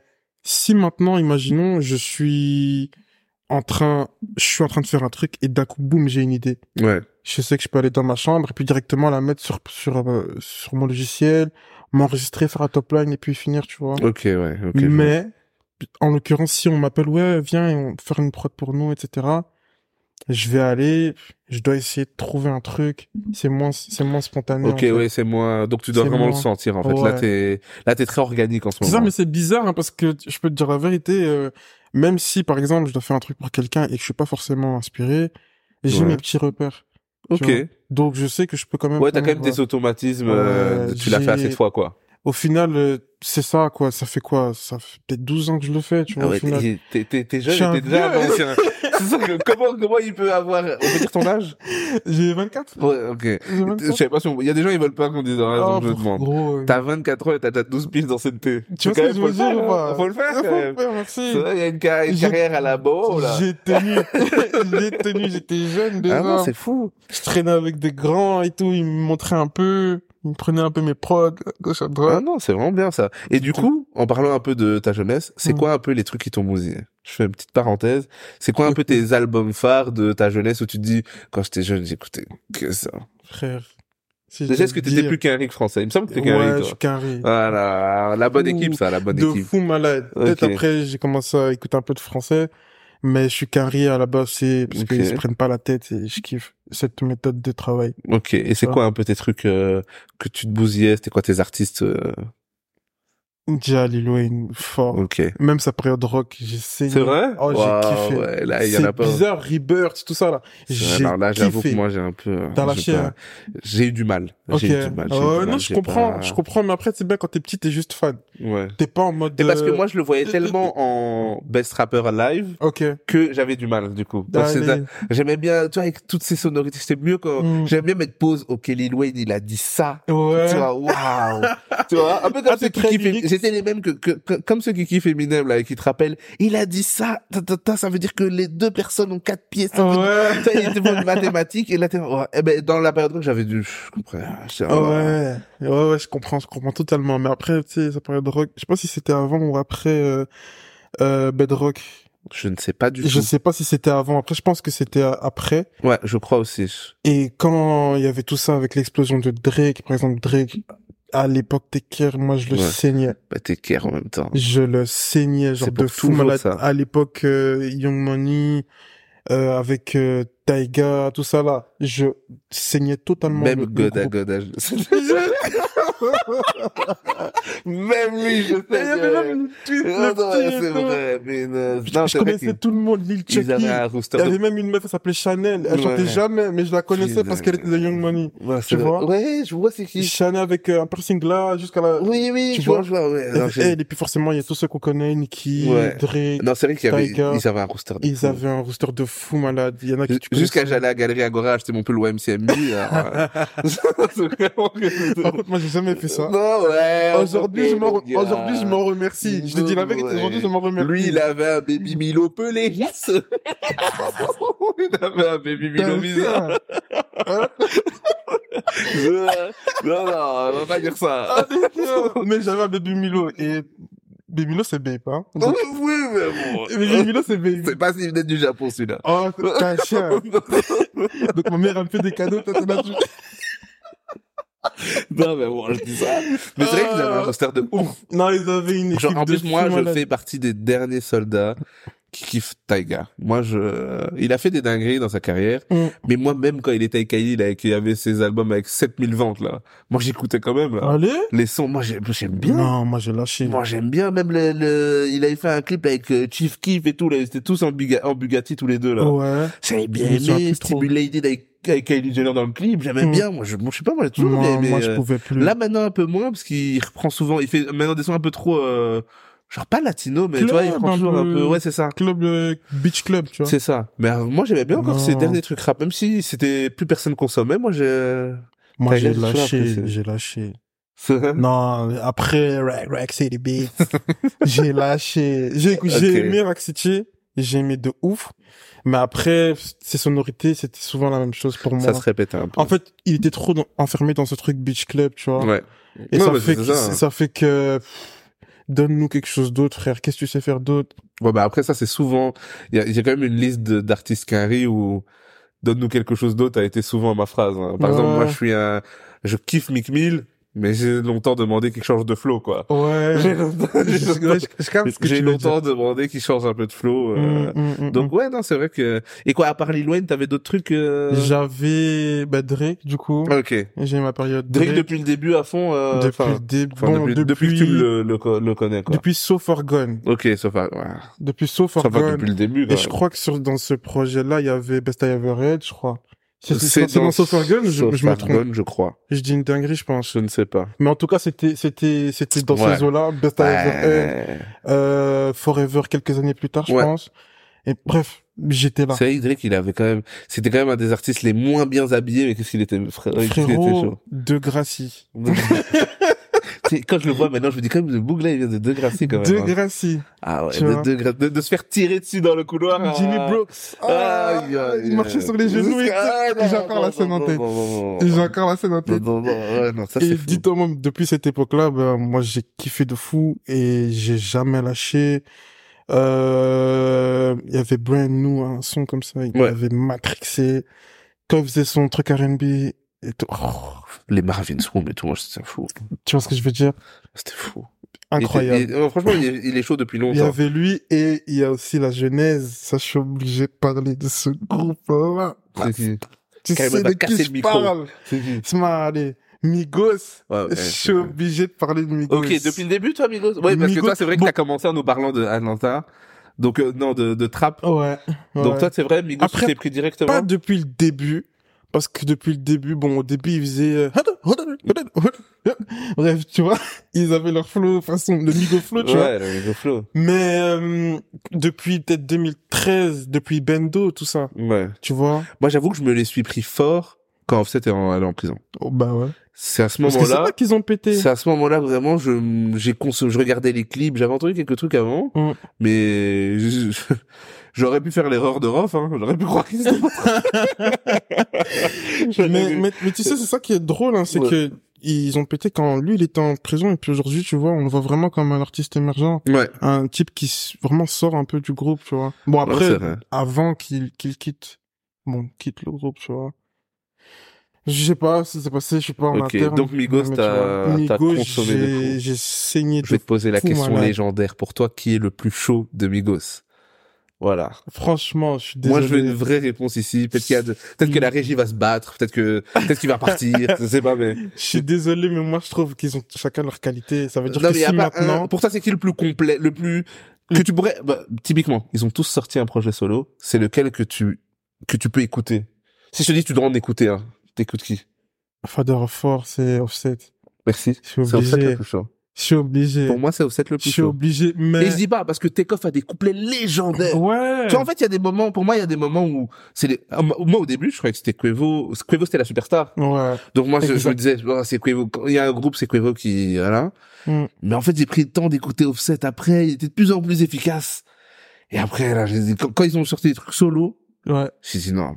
C: si maintenant, imaginons, je suis en train, je suis en train de faire un truc et d'un coup, boum, j'ai une idée.
B: Ouais.
C: Je sais que je peux aller dans ma chambre et puis directement la mettre sur sur euh, sur mon logiciel, m'enregistrer, faire un top line et puis finir, tu vois.
B: Ok, ouais. ok, je vois.
C: Mais en l'occurrence, si on m'appelle, ouais, viens et on faire une prod pour nous, etc. Je vais aller, je dois essayer de trouver un truc. C'est moins c'est moins spontané. en
B: Ok,
C: fait.
B: ouais, c'est moi. Donc tu dois
C: C'est
B: vraiment le
C: moi.
B: sentir en fait. Là,
C: Ouais.
B: t'es là, t'es très organique en ce
C: C'est ça,
B: moment.
C: mais c'est bizarre hein, parce que je peux te dire la vérité. euh, même si, par exemple, je dois faire un truc pour quelqu'un et que je suis pas forcément inspiré, j'ai
B: Ouais.
C: mes petits repères. tu
B: ok.
C: Donc, je sais que je peux quand même.
B: Ouais, t'as quand
C: prendre,
B: même
C: euh,
B: des automatismes. euh,
C: Ouais,
B: tu l'as fait
C: j'ai-
B: assez de fois, quoi.
C: Au final, euh, c'est ça, quoi. Ça fait quoi Ça fait peut-être 12 ans que je le fais, tu vois.
B: Ah
C: au
B: ouais,
C: final.
B: t'es- t'es t'es- t'es
C: Je suis
B: jeune,
C: un
B: et t'es déjà
C: vieux. hein.
B: ancien. C'est ça que comment comment il peut avoir On peut dire ton âge
C: J'ai 24.
B: Ouais, ok.
C: J'ai
B: Je
C: 24.
B: sais pas si on... il y a des gens ils veulent pas qu'on dise ah,
C: Oh,
B: donc je
C: pour-
B: demande.
C: gros, ouais.
B: T'as 24 ans et t'as déjà 12 piles d'ancienneté.
C: Tu
B: Faut quand
C: vois ce que je
B: même,
C: veux
B: faut le
C: dire ou
B: faire,
C: pas
B: hein. Faut le faire.
C: Faut
B: quand même.
C: le faire, Ah, merci.
B: C'est vrai, Il y a une, carri- une
C: J'ai-
B: carrière à la beau là.
C: J'ai tenu, j'ai tenu, j'étais jeune déjà.
B: Ah non, c'est fou.
C: je traînais avec des grands et tout, ils me montraient un peu, ils me prenaient un peu mes prods, à gauche à
B: Ah
C: droite.
B: non, c'est vraiment bien ça. Et du coup, en parlant un peu de ta jeunesse, c'est
C: Mm.
B: quoi un peu les trucs qui t'ont bousillé Je fais une petite parenthèse. C'est quoi un peu tes albums phares de ta jeunesse où tu te dis quand j'étais jeune, j'écoutais que ça.
C: Frère. Si
B: Déjà,
C: je
B: est-ce que
C: te
B: t'étais
C: dis-
B: plus qu'un Rick français Il me semble que t'es qu'un
C: Ouais, je
B: Rick,
C: suis
B: toi. Ah,
C: carré.
B: Voilà, la bonne
C: Ouh,
B: équipe, ça, la bonne
C: De
B: équipe.
C: fou malade. Peut-être
B: Ok.
C: après, j'ai commencé à écouter un peu de français, mais je suis carré à la base, c'est parce
B: Ok.
C: qu'ils se prennent pas la tête et je kiffe cette méthode de travail.
B: Ok. Et c'est
C: Ça.
B: quoi un peu tes trucs euh, que tu te bousillais C'était quoi tes artistes euh,
C: Déjà, Lil Wayne, fort.
B: Ok.
C: Même sa période rock, j'ai saigné.
B: C'est vrai
C: Oh, j'ai
B: Waouh,
C: kiffé.
B: ouais, là, il y en a
C: C'est
B: pas.
C: bizarre, Rebirth, tout ça, là.
B: Ouais,
C: J'ai
B: Alors là, j'avoue que
C: kiffé.
B: moi, j'ai un peu... euh,
C: T'as
B: j'ai
C: lâché,
B: pas-
C: hein.
B: J'ai eu du mal.
C: Ok.
B: J'ai eu du mal. j'ai eu
C: Ouais,
B: du mal,
C: non, je
B: j'ai
C: comprends,
B: pas-
C: je comprends, mais après, c'est bien quand t'es petit, t'es juste fan.
B: Ouais.
C: T'es pas en mode.
B: Et parce que
C: euh,
B: moi, je le voyais tellement en best rapper live
C: Ok.
B: que j'avais du mal, du coup. Parce que
C: Allez.
B: J'aimais bien, tu vois, avec toutes ces sonorités, c'était mieux quand...
C: Mm.
B: J'aimais bien mettre pause. Ok, Lil Wayne, il a dit ça. Tu
C: Ouais.
B: vois, waouh. tu vois, un peu comme
C: Ah,
B: ceux
C: t'es
B: qui
C: très
B: kiffent,
C: lyrique.
B: j'étais les mêmes que, que, que- comme ceux qui kiffent Eminem, là, et qui te rappellent, il a dit ça, ta, ta, ta, ça veut dire que les deux personnes ont quatre pieds, ça veut
C: Ah
B: dire-
C: Ouais.
B: tu vois, il était pour une mathématique, et là, t'es, ouais. Eh ben, dans la période où j'avais dû, je comprends, j'étais,
C: Ah
B: oh,
C: ouais, ouais, ouais, je comprends, je comprends totalement. Mais après, tu sais, ça parlait de rock. Je sais pas si c'était avant ou après euh, euh, Bedrock.
B: je ne sais pas du
C: Je
B: tout.
C: sais pas si c'était avant. Après, je pense que c'était euh, après.
B: Ouais, je crois aussi.
C: Et quand il y avait tout ça avec l'explosion de Drake, par exemple, Drake, à l'époque, Taker, moi, je le
B: Ouais.
C: saignais.
B: Bah, t'es care en même temps.
C: Je le saignais, genre
B: C'est pour
C: de fou
B: toujours,
C: malade.
B: ça.
C: À l'époque, euh, Young Money, euh, avec euh, Taiga, tout ça là, je saignais totalement.
B: Même
C: le- le
B: Goda
C: groupe.
B: Goda. Même lui, je
C: Il y
B: sais.
C: avait même le tweet,
B: Oh,
C: le
B: non,
C: petit,
B: c'est
C: tout.
B: vrai, mais non, non,
C: je
B: c'est vrai
C: connaissais
B: qu'ils
C: tout le monde, Lil
B: ils
C: Chucky.
B: avaient un rooster
C: Il y
B: de
C: avait même une meuf, elle s'appelait Chanel. Elle
B: Ouais.
C: chantait jamais, mais je la connaissais parce qu'elle était de Young Money.
B: Ouais, c'est
C: Tu
B: vrai.
C: vois
B: Ouais, je vois c'est qui.
C: Chanel avec euh, un piercing là jusqu'à la.
B: Oui, oui,
C: Tu
B: je vois,
C: vois
B: je vois. Ouais.
C: Elle
B: Non,
C: était
B: j'ai-
C: elle, et puis forcément, il y a tous ceux qu'on connaît, Nicki,
B: Ouais.
C: Drake.
B: non, c'est vrai qu'il y avait,
C: Tiger.
B: ils avaient un rooster. de
C: Ils
B: fou.
C: avaient un rooster de fou malade. Il y en a qui
B: Jus-
C: tu connais.
B: Jusqu'à j'allais à la galerie Agora acheter mon pull au MCMB. alors, euh, c'est vraiment que c'était-
C: Par contre, moi, j'ai jamais Ah, fait ça.
B: Non, ouais.
C: Aujourd'hui, je m'en,
B: ok, le gars.
C: aujourd'hui, je m'en remercie. Je te dis la vérité,
B: ah. Ouais.
C: aujourd'hui, je m'en remercie.
B: Lui, il avait un baby Milo pelé. Yes. il avait un baby Milo bizarre.
C: bizarre.
B: Je- non, non, on va pas dire
C: Ah,
B: ça.
C: Mais j'avais un bébé Milo et bébé Milo c'est babe, hein.
B: oui, mais bon.
C: Bébé Milo c'est babe.
B: Oh. C'est pas s'il venait du Japon, celui-là.
C: Oh, t'as chien. Ah, Donc ma mère a me fait des cadeaux, toi t'en as du...
B: Non, mais bon, je dis ça. Mais c'est vrai qu'ils avaient un roster de ouf.
C: Non, ils avaient une équipe
B: Genre, en
C: de
B: plus,
C: fous
B: moi, je
C: malades.
B: fais partie des derniers soldats qui kiffent Taiga. Moi, je, il a fait des dingueries dans sa carrière.
C: Mm.
B: Mais moi, même quand il était avec Kylie, là, et qu'il avait ses albums avec 7000 ventes, là, moi, j'écoutais quand même, là.
C: Allez
B: Les sons, moi, j'ai- j'aime bien.
C: Non, moi j'ai lâché.
B: Moi, j'aime bien. Même le, le- il avait fait un clip avec euh, Chief Keef et tout, là. Ils étaient tous en, Buga- en Bugatti, tous les deux, là.
C: Ouais.
B: J'avais bien
C: Je me souviens
B: aimé
C: plus trop.
B: Stimulated avec, avec Kylie Jenner dans le clip. J'aimais
C: Mm.
B: bien. Moi, je, bon, je sais pas, moi, j'ai toujours
C: Moi,
B: bien aimé.
C: moi, je
B: euh,
C: pouvais plus.
B: Là maintenant un peu moins parce qu'il reprend souvent, il fait maintenant des sons un peu trop euh, genre pas latino mais tu vois, il
C: Club,
B: prend
C: un
B: toujours un
C: peu.
B: peu ouais, c'est ça.
C: Club euh, Beach Club, tu vois.
B: C'est ça. Mais euh, moi j'aimais bien encore
C: Non.
B: ces derniers trucs rap même si c'était plus personne consommait, moi j'ai
C: Moi
B: T'as
C: j'ai
B: gagné, tu vois, après,
C: lâché,
B: c'est-
C: j'ai lâché.
B: Non,
C: Non, après Rack Rack City Beats, j'ai lâché. J'ai écou- j'ai
B: Ok.
C: aimé Rack City, j'ai aimé de ouf. Mais après, ses sonorités, c'était souvent la même chose pour moi.
B: ça se répétait un peu.
C: En fait, il était trop dans- enfermé dans ce truc beach club, tu vois.
B: ouais.
C: Et
B: Non,
C: ça,
B: mais
C: fait
B: c'est
C: que,
B: ça,
C: ça.
B: hein.
C: fait que pff, donne-nous quelque chose d'autre, frère. Qu'est-ce que tu sais faire d'autre
B: Ouais, bah après ça c'est souvent il y a, il y a quand même une liste de- d'artistes Quinry où donne-nous quelque chose d'autre a été souvent ma phrase. hein. Par
C: Ouais.
B: exemple, moi je suis un je kiffe Mick Mill mais j'ai longtemps demandé qu'il change de flow quoi.
C: Ouais.
B: J'ai longtemps- j'ai longtemps- J'ai longtemps demandé qu'il change un peu de flow.
C: Mm,
B: euh, Donc ouais, non, c'est vrai que... Et quoi, à part Lil Wayne, t'avais d'autres trucs... euh,
C: j'avais bah, Drake du coup.
B: Ok.
C: J'ai eu ma période
B: Drake depuis le début à fond... euh,
C: depuis
B: enfin,
C: le début.
B: enfin,
C: bon,
B: depuis,
C: depuis
B: depuis que tu le, le, co- le connais, quoi.
C: depuis So Far Gone.
B: Ok, ça va. ouais.
C: Depuis So Far
B: Ça va
C: Gone.
B: depuis le début.
C: Et
B: quoi.
C: je crois que sur, dans ce projet-là, il y avait Best I Ever Had, je crois. C'est c'est- c'est dans So Far Gone, je,
B: South
C: je me
B: Park
C: trompe.
B: Gun, je crois.
C: Je dis une dinguerie, je pense.
B: Je ne sais pas.
C: Mais en tout cas, c'était, c'était, c'était dans
B: Ouais.
C: ces eaux-là. Best I Ever Had,
B: Ouais.
C: euh, Forever quelques années plus tard, je
B: Ouais.
C: pense. Et bref, j'étais là.
B: C'est vrai que Drake, il avait quand même... C'était quand même un des artistes les moins bien habillés, mais qu'est-ce qu'il était... frère, qu'est-ce qu'il était chaud.
C: Frérot de Gracie.
B: C'est- quand je le vois maintenant, je me dis quand même, le boug là, il vient de dégracer quand même.
C: De
B: hein.
C: Gracie.
B: Ah ouais,
C: Tu
B: de,
C: vois.
B: de, de, de se faire tirer dessus dans le couloir. ah.
C: Jimmy Brooks. Ah,
B: Aïe, aïe,
C: il marchait
B: aïe.
C: sur les genoux et
B: Ah, non,
C: j'ai encore
B: non,
C: la scène
B: non,
C: en
B: non,
C: tête.
B: non, non, non,
C: j'ai
B: non.
C: encore la scène en tête.
B: Non, non, non, ouais, non, ça
C: Et
B: c'est fou.
C: dites moi depuis cette époque-là, ben, moi, j'ai kiffé de fou et j'ai jamais lâché. Euh, il y avait Brand New, hein, un son comme ça, il
B: Ouais.
C: avait matrixé. Quand il faisait son truc R&B et tout. Oh,
B: Les Marvin's Room et tout, moi c'était fou.
C: tu vois ce que je veux dire?
B: C'était fou. Il était-
C: Incroyable.
B: il- euh, franchement, il est, il est chaud depuis
C: Il y
B: longtemps.
C: avait lui et il y a aussi la Genèse. Ça, je suis obligé de parler de ce groupe-là.
B: Ah, C'est qui
C: Tu
B: Quand
C: sais
B: elle m'a
C: de
B: cassé
C: qui
B: le
C: je
B: micro.
C: parle.
B: C'est qui
C: Smiley, Migos.
B: Ouais, ouais,
C: je
B: c'est
C: suis
B: vrai.
C: obligé de parler de Migos.
B: Ok, depuis le début, toi, Migos Ouais, parce que
C: Migos,
B: toi, c'est vrai que
C: bon-
B: t'as commencé en nous parlant de Atlanta. Donc, euh, non, de, de Trap.
C: Ouais.
B: Donc,
C: ouais.
B: toi, c'est vrai, Migos, tu
C: Après,
B: t'es pris directement.
C: pas depuis le début. Parce que depuis le début, bon, au début, ils faisaient... euh, Bref, tu vois, ils avaient leur flow, façon, le Migos flow, tu vois.
B: ouais, le Migos Flow.
C: Mais euh, depuis peut-être 2013, depuis Bendo, tout ça,
B: Ouais.
C: tu vois.
B: Moi, j'avoue que je me les suis pris fort quand Offset est en- allé en prison.
C: Oh, bah ouais.
B: C'est à ce
C: Parce que c'est
B: moment-là.
C: là qu'ils ont pété.
B: C'est à ce moment-là vraiment je j'ai consom- je regardais les clips, j'avais entendu quelques trucs avant,
C: Mm.
B: mais je- je- j'aurais pu faire l'erreur de Rof, hein. j'aurais pu croire qu'ils étaient pas
C: Mais,
B: J'aurais pu-
C: mais, mais tu sais, c'est ça qui est drôle, hein, c'est
B: Ouais.
C: que ils ont pété quand lui, il était en prison. Et puis aujourd'hui, tu vois, on le voit vraiment comme un artiste émergent.
B: Ouais,
C: Un type qui s- vraiment sort un peu du groupe, tu vois. Bon,
B: Ouais,
C: après,
B: c'est vrai.
C: avant qu'il qu'il quitte bon quitte le groupe tu vois je sais pas si c'est passé je suis pas en
B: Ok,
C: interne
B: donc Migos,
C: mais tu
B: t'as-
C: vois,
B: t'as
C: Migos,
B: consommé de
C: j'ai-
B: fou.
C: j'ai saigné
B: je vais
C: de...
B: te poser la
C: fou,
B: question
C: malade.
B: légendaire pour toi qui est le plus chaud de Migos. Voilà.
C: franchement je suis désolé
B: Moi je veux une vraie réponse ici, peut-être qu'il y a de- peut-être que la régie va se battre, peut-être que peut-être qu'il va partir, je sais pas mais
C: je suis désolé mais moi je trouve qu'ils ont chacun leur qualité ça veut dire
B: Non,
C: que
B: mais y a
C: si
B: pas un-
C: maintenant Mm.
B: Pour toi, c'est qui le plus complet, le plus que tu pourrais bah, Typiquement, ils ont tous sorti un projet solo. C'est lequel que tu que tu peux écouter Si je te dis, tu dois en écouter un. T'écoutes qui
C: Father of Four c'est Offset
B: Merci.
C: je suis
B: C'est Offset le
C: obligé
B: plus chaud.
C: je suis obligé
B: Pour moi, c'est Offset le
C: je
B: plus
C: suis
B: chaud.
C: obligé mais
B: Et je dis pas parce que Takeoff a des couplets légendaires.
C: ouais
B: Tu vois, en fait, il y a des moments. Pour moi, il y a des moments où c'est les... ah, moi au début, je croyais que c'était Quevo. Quevo, c'était la superstar.
C: ouais
B: Donc moi, je, je
C: Exact.
B: me disais, oh, c'est Quavo. Quand il y a un groupe, c'est Quavo qui, voilà.
C: Mm.
B: Mais en fait, j'ai pris le temps d'écouter Offset après. Il était de plus en plus efficace. Et après, là, j'ai dit, quand, quand ils ont sorti des trucs solo,
C: ouais
B: j'ai dit non.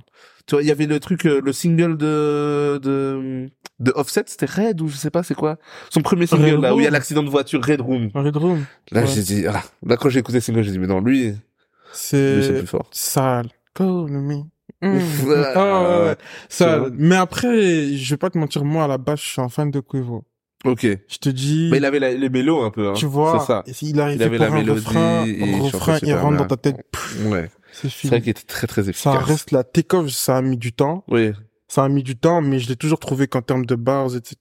B: Tu vois, il y avait le truc, euh, le single de, de, de Offset, c'était Red ou je sais pas, c'est quoi. Son premier single,
C: Red
B: là, où il y a
C: Room.
B: l'accident de voiture, Red Room.
C: Red Room
B: Là,
C: Ouais.
B: j'ai dit, ah. là, quand j'ai écouté le single, j'ai dit, mais non, lui, lui, c'est le
C: c'est
B: plus fort.
C: sale call me Mm.
B: Ouais.
C: Ah, ouais, ouais. Ça,
B: vois.
C: mais après, je vais pas te mentir, moi, à la base, je suis un fan de Quevo.
B: Ok.
C: Je te dis,
B: Mais il avait la- les mélos un peu, hein.
C: tu vois,
B: C'est ça.
C: et s'il arrive
B: Il avait
C: pour
B: la
C: un
B: mélodie,
C: refrain,
B: et
C: un
B: il
C: refrain,
B: chantait
C: il
B: super
C: rentre
B: bien.
C: dans ta tête, pff,
B: Ouais.
C: c'est
B: C'est
C: fini.
B: vrai qu'il était très, très efficace.
C: Ça reste la take-off, ça a mis du temps,
B: Oui.
C: ça a mis du temps, mais je l'ai toujours trouvé qu'en termes de bars, etc.,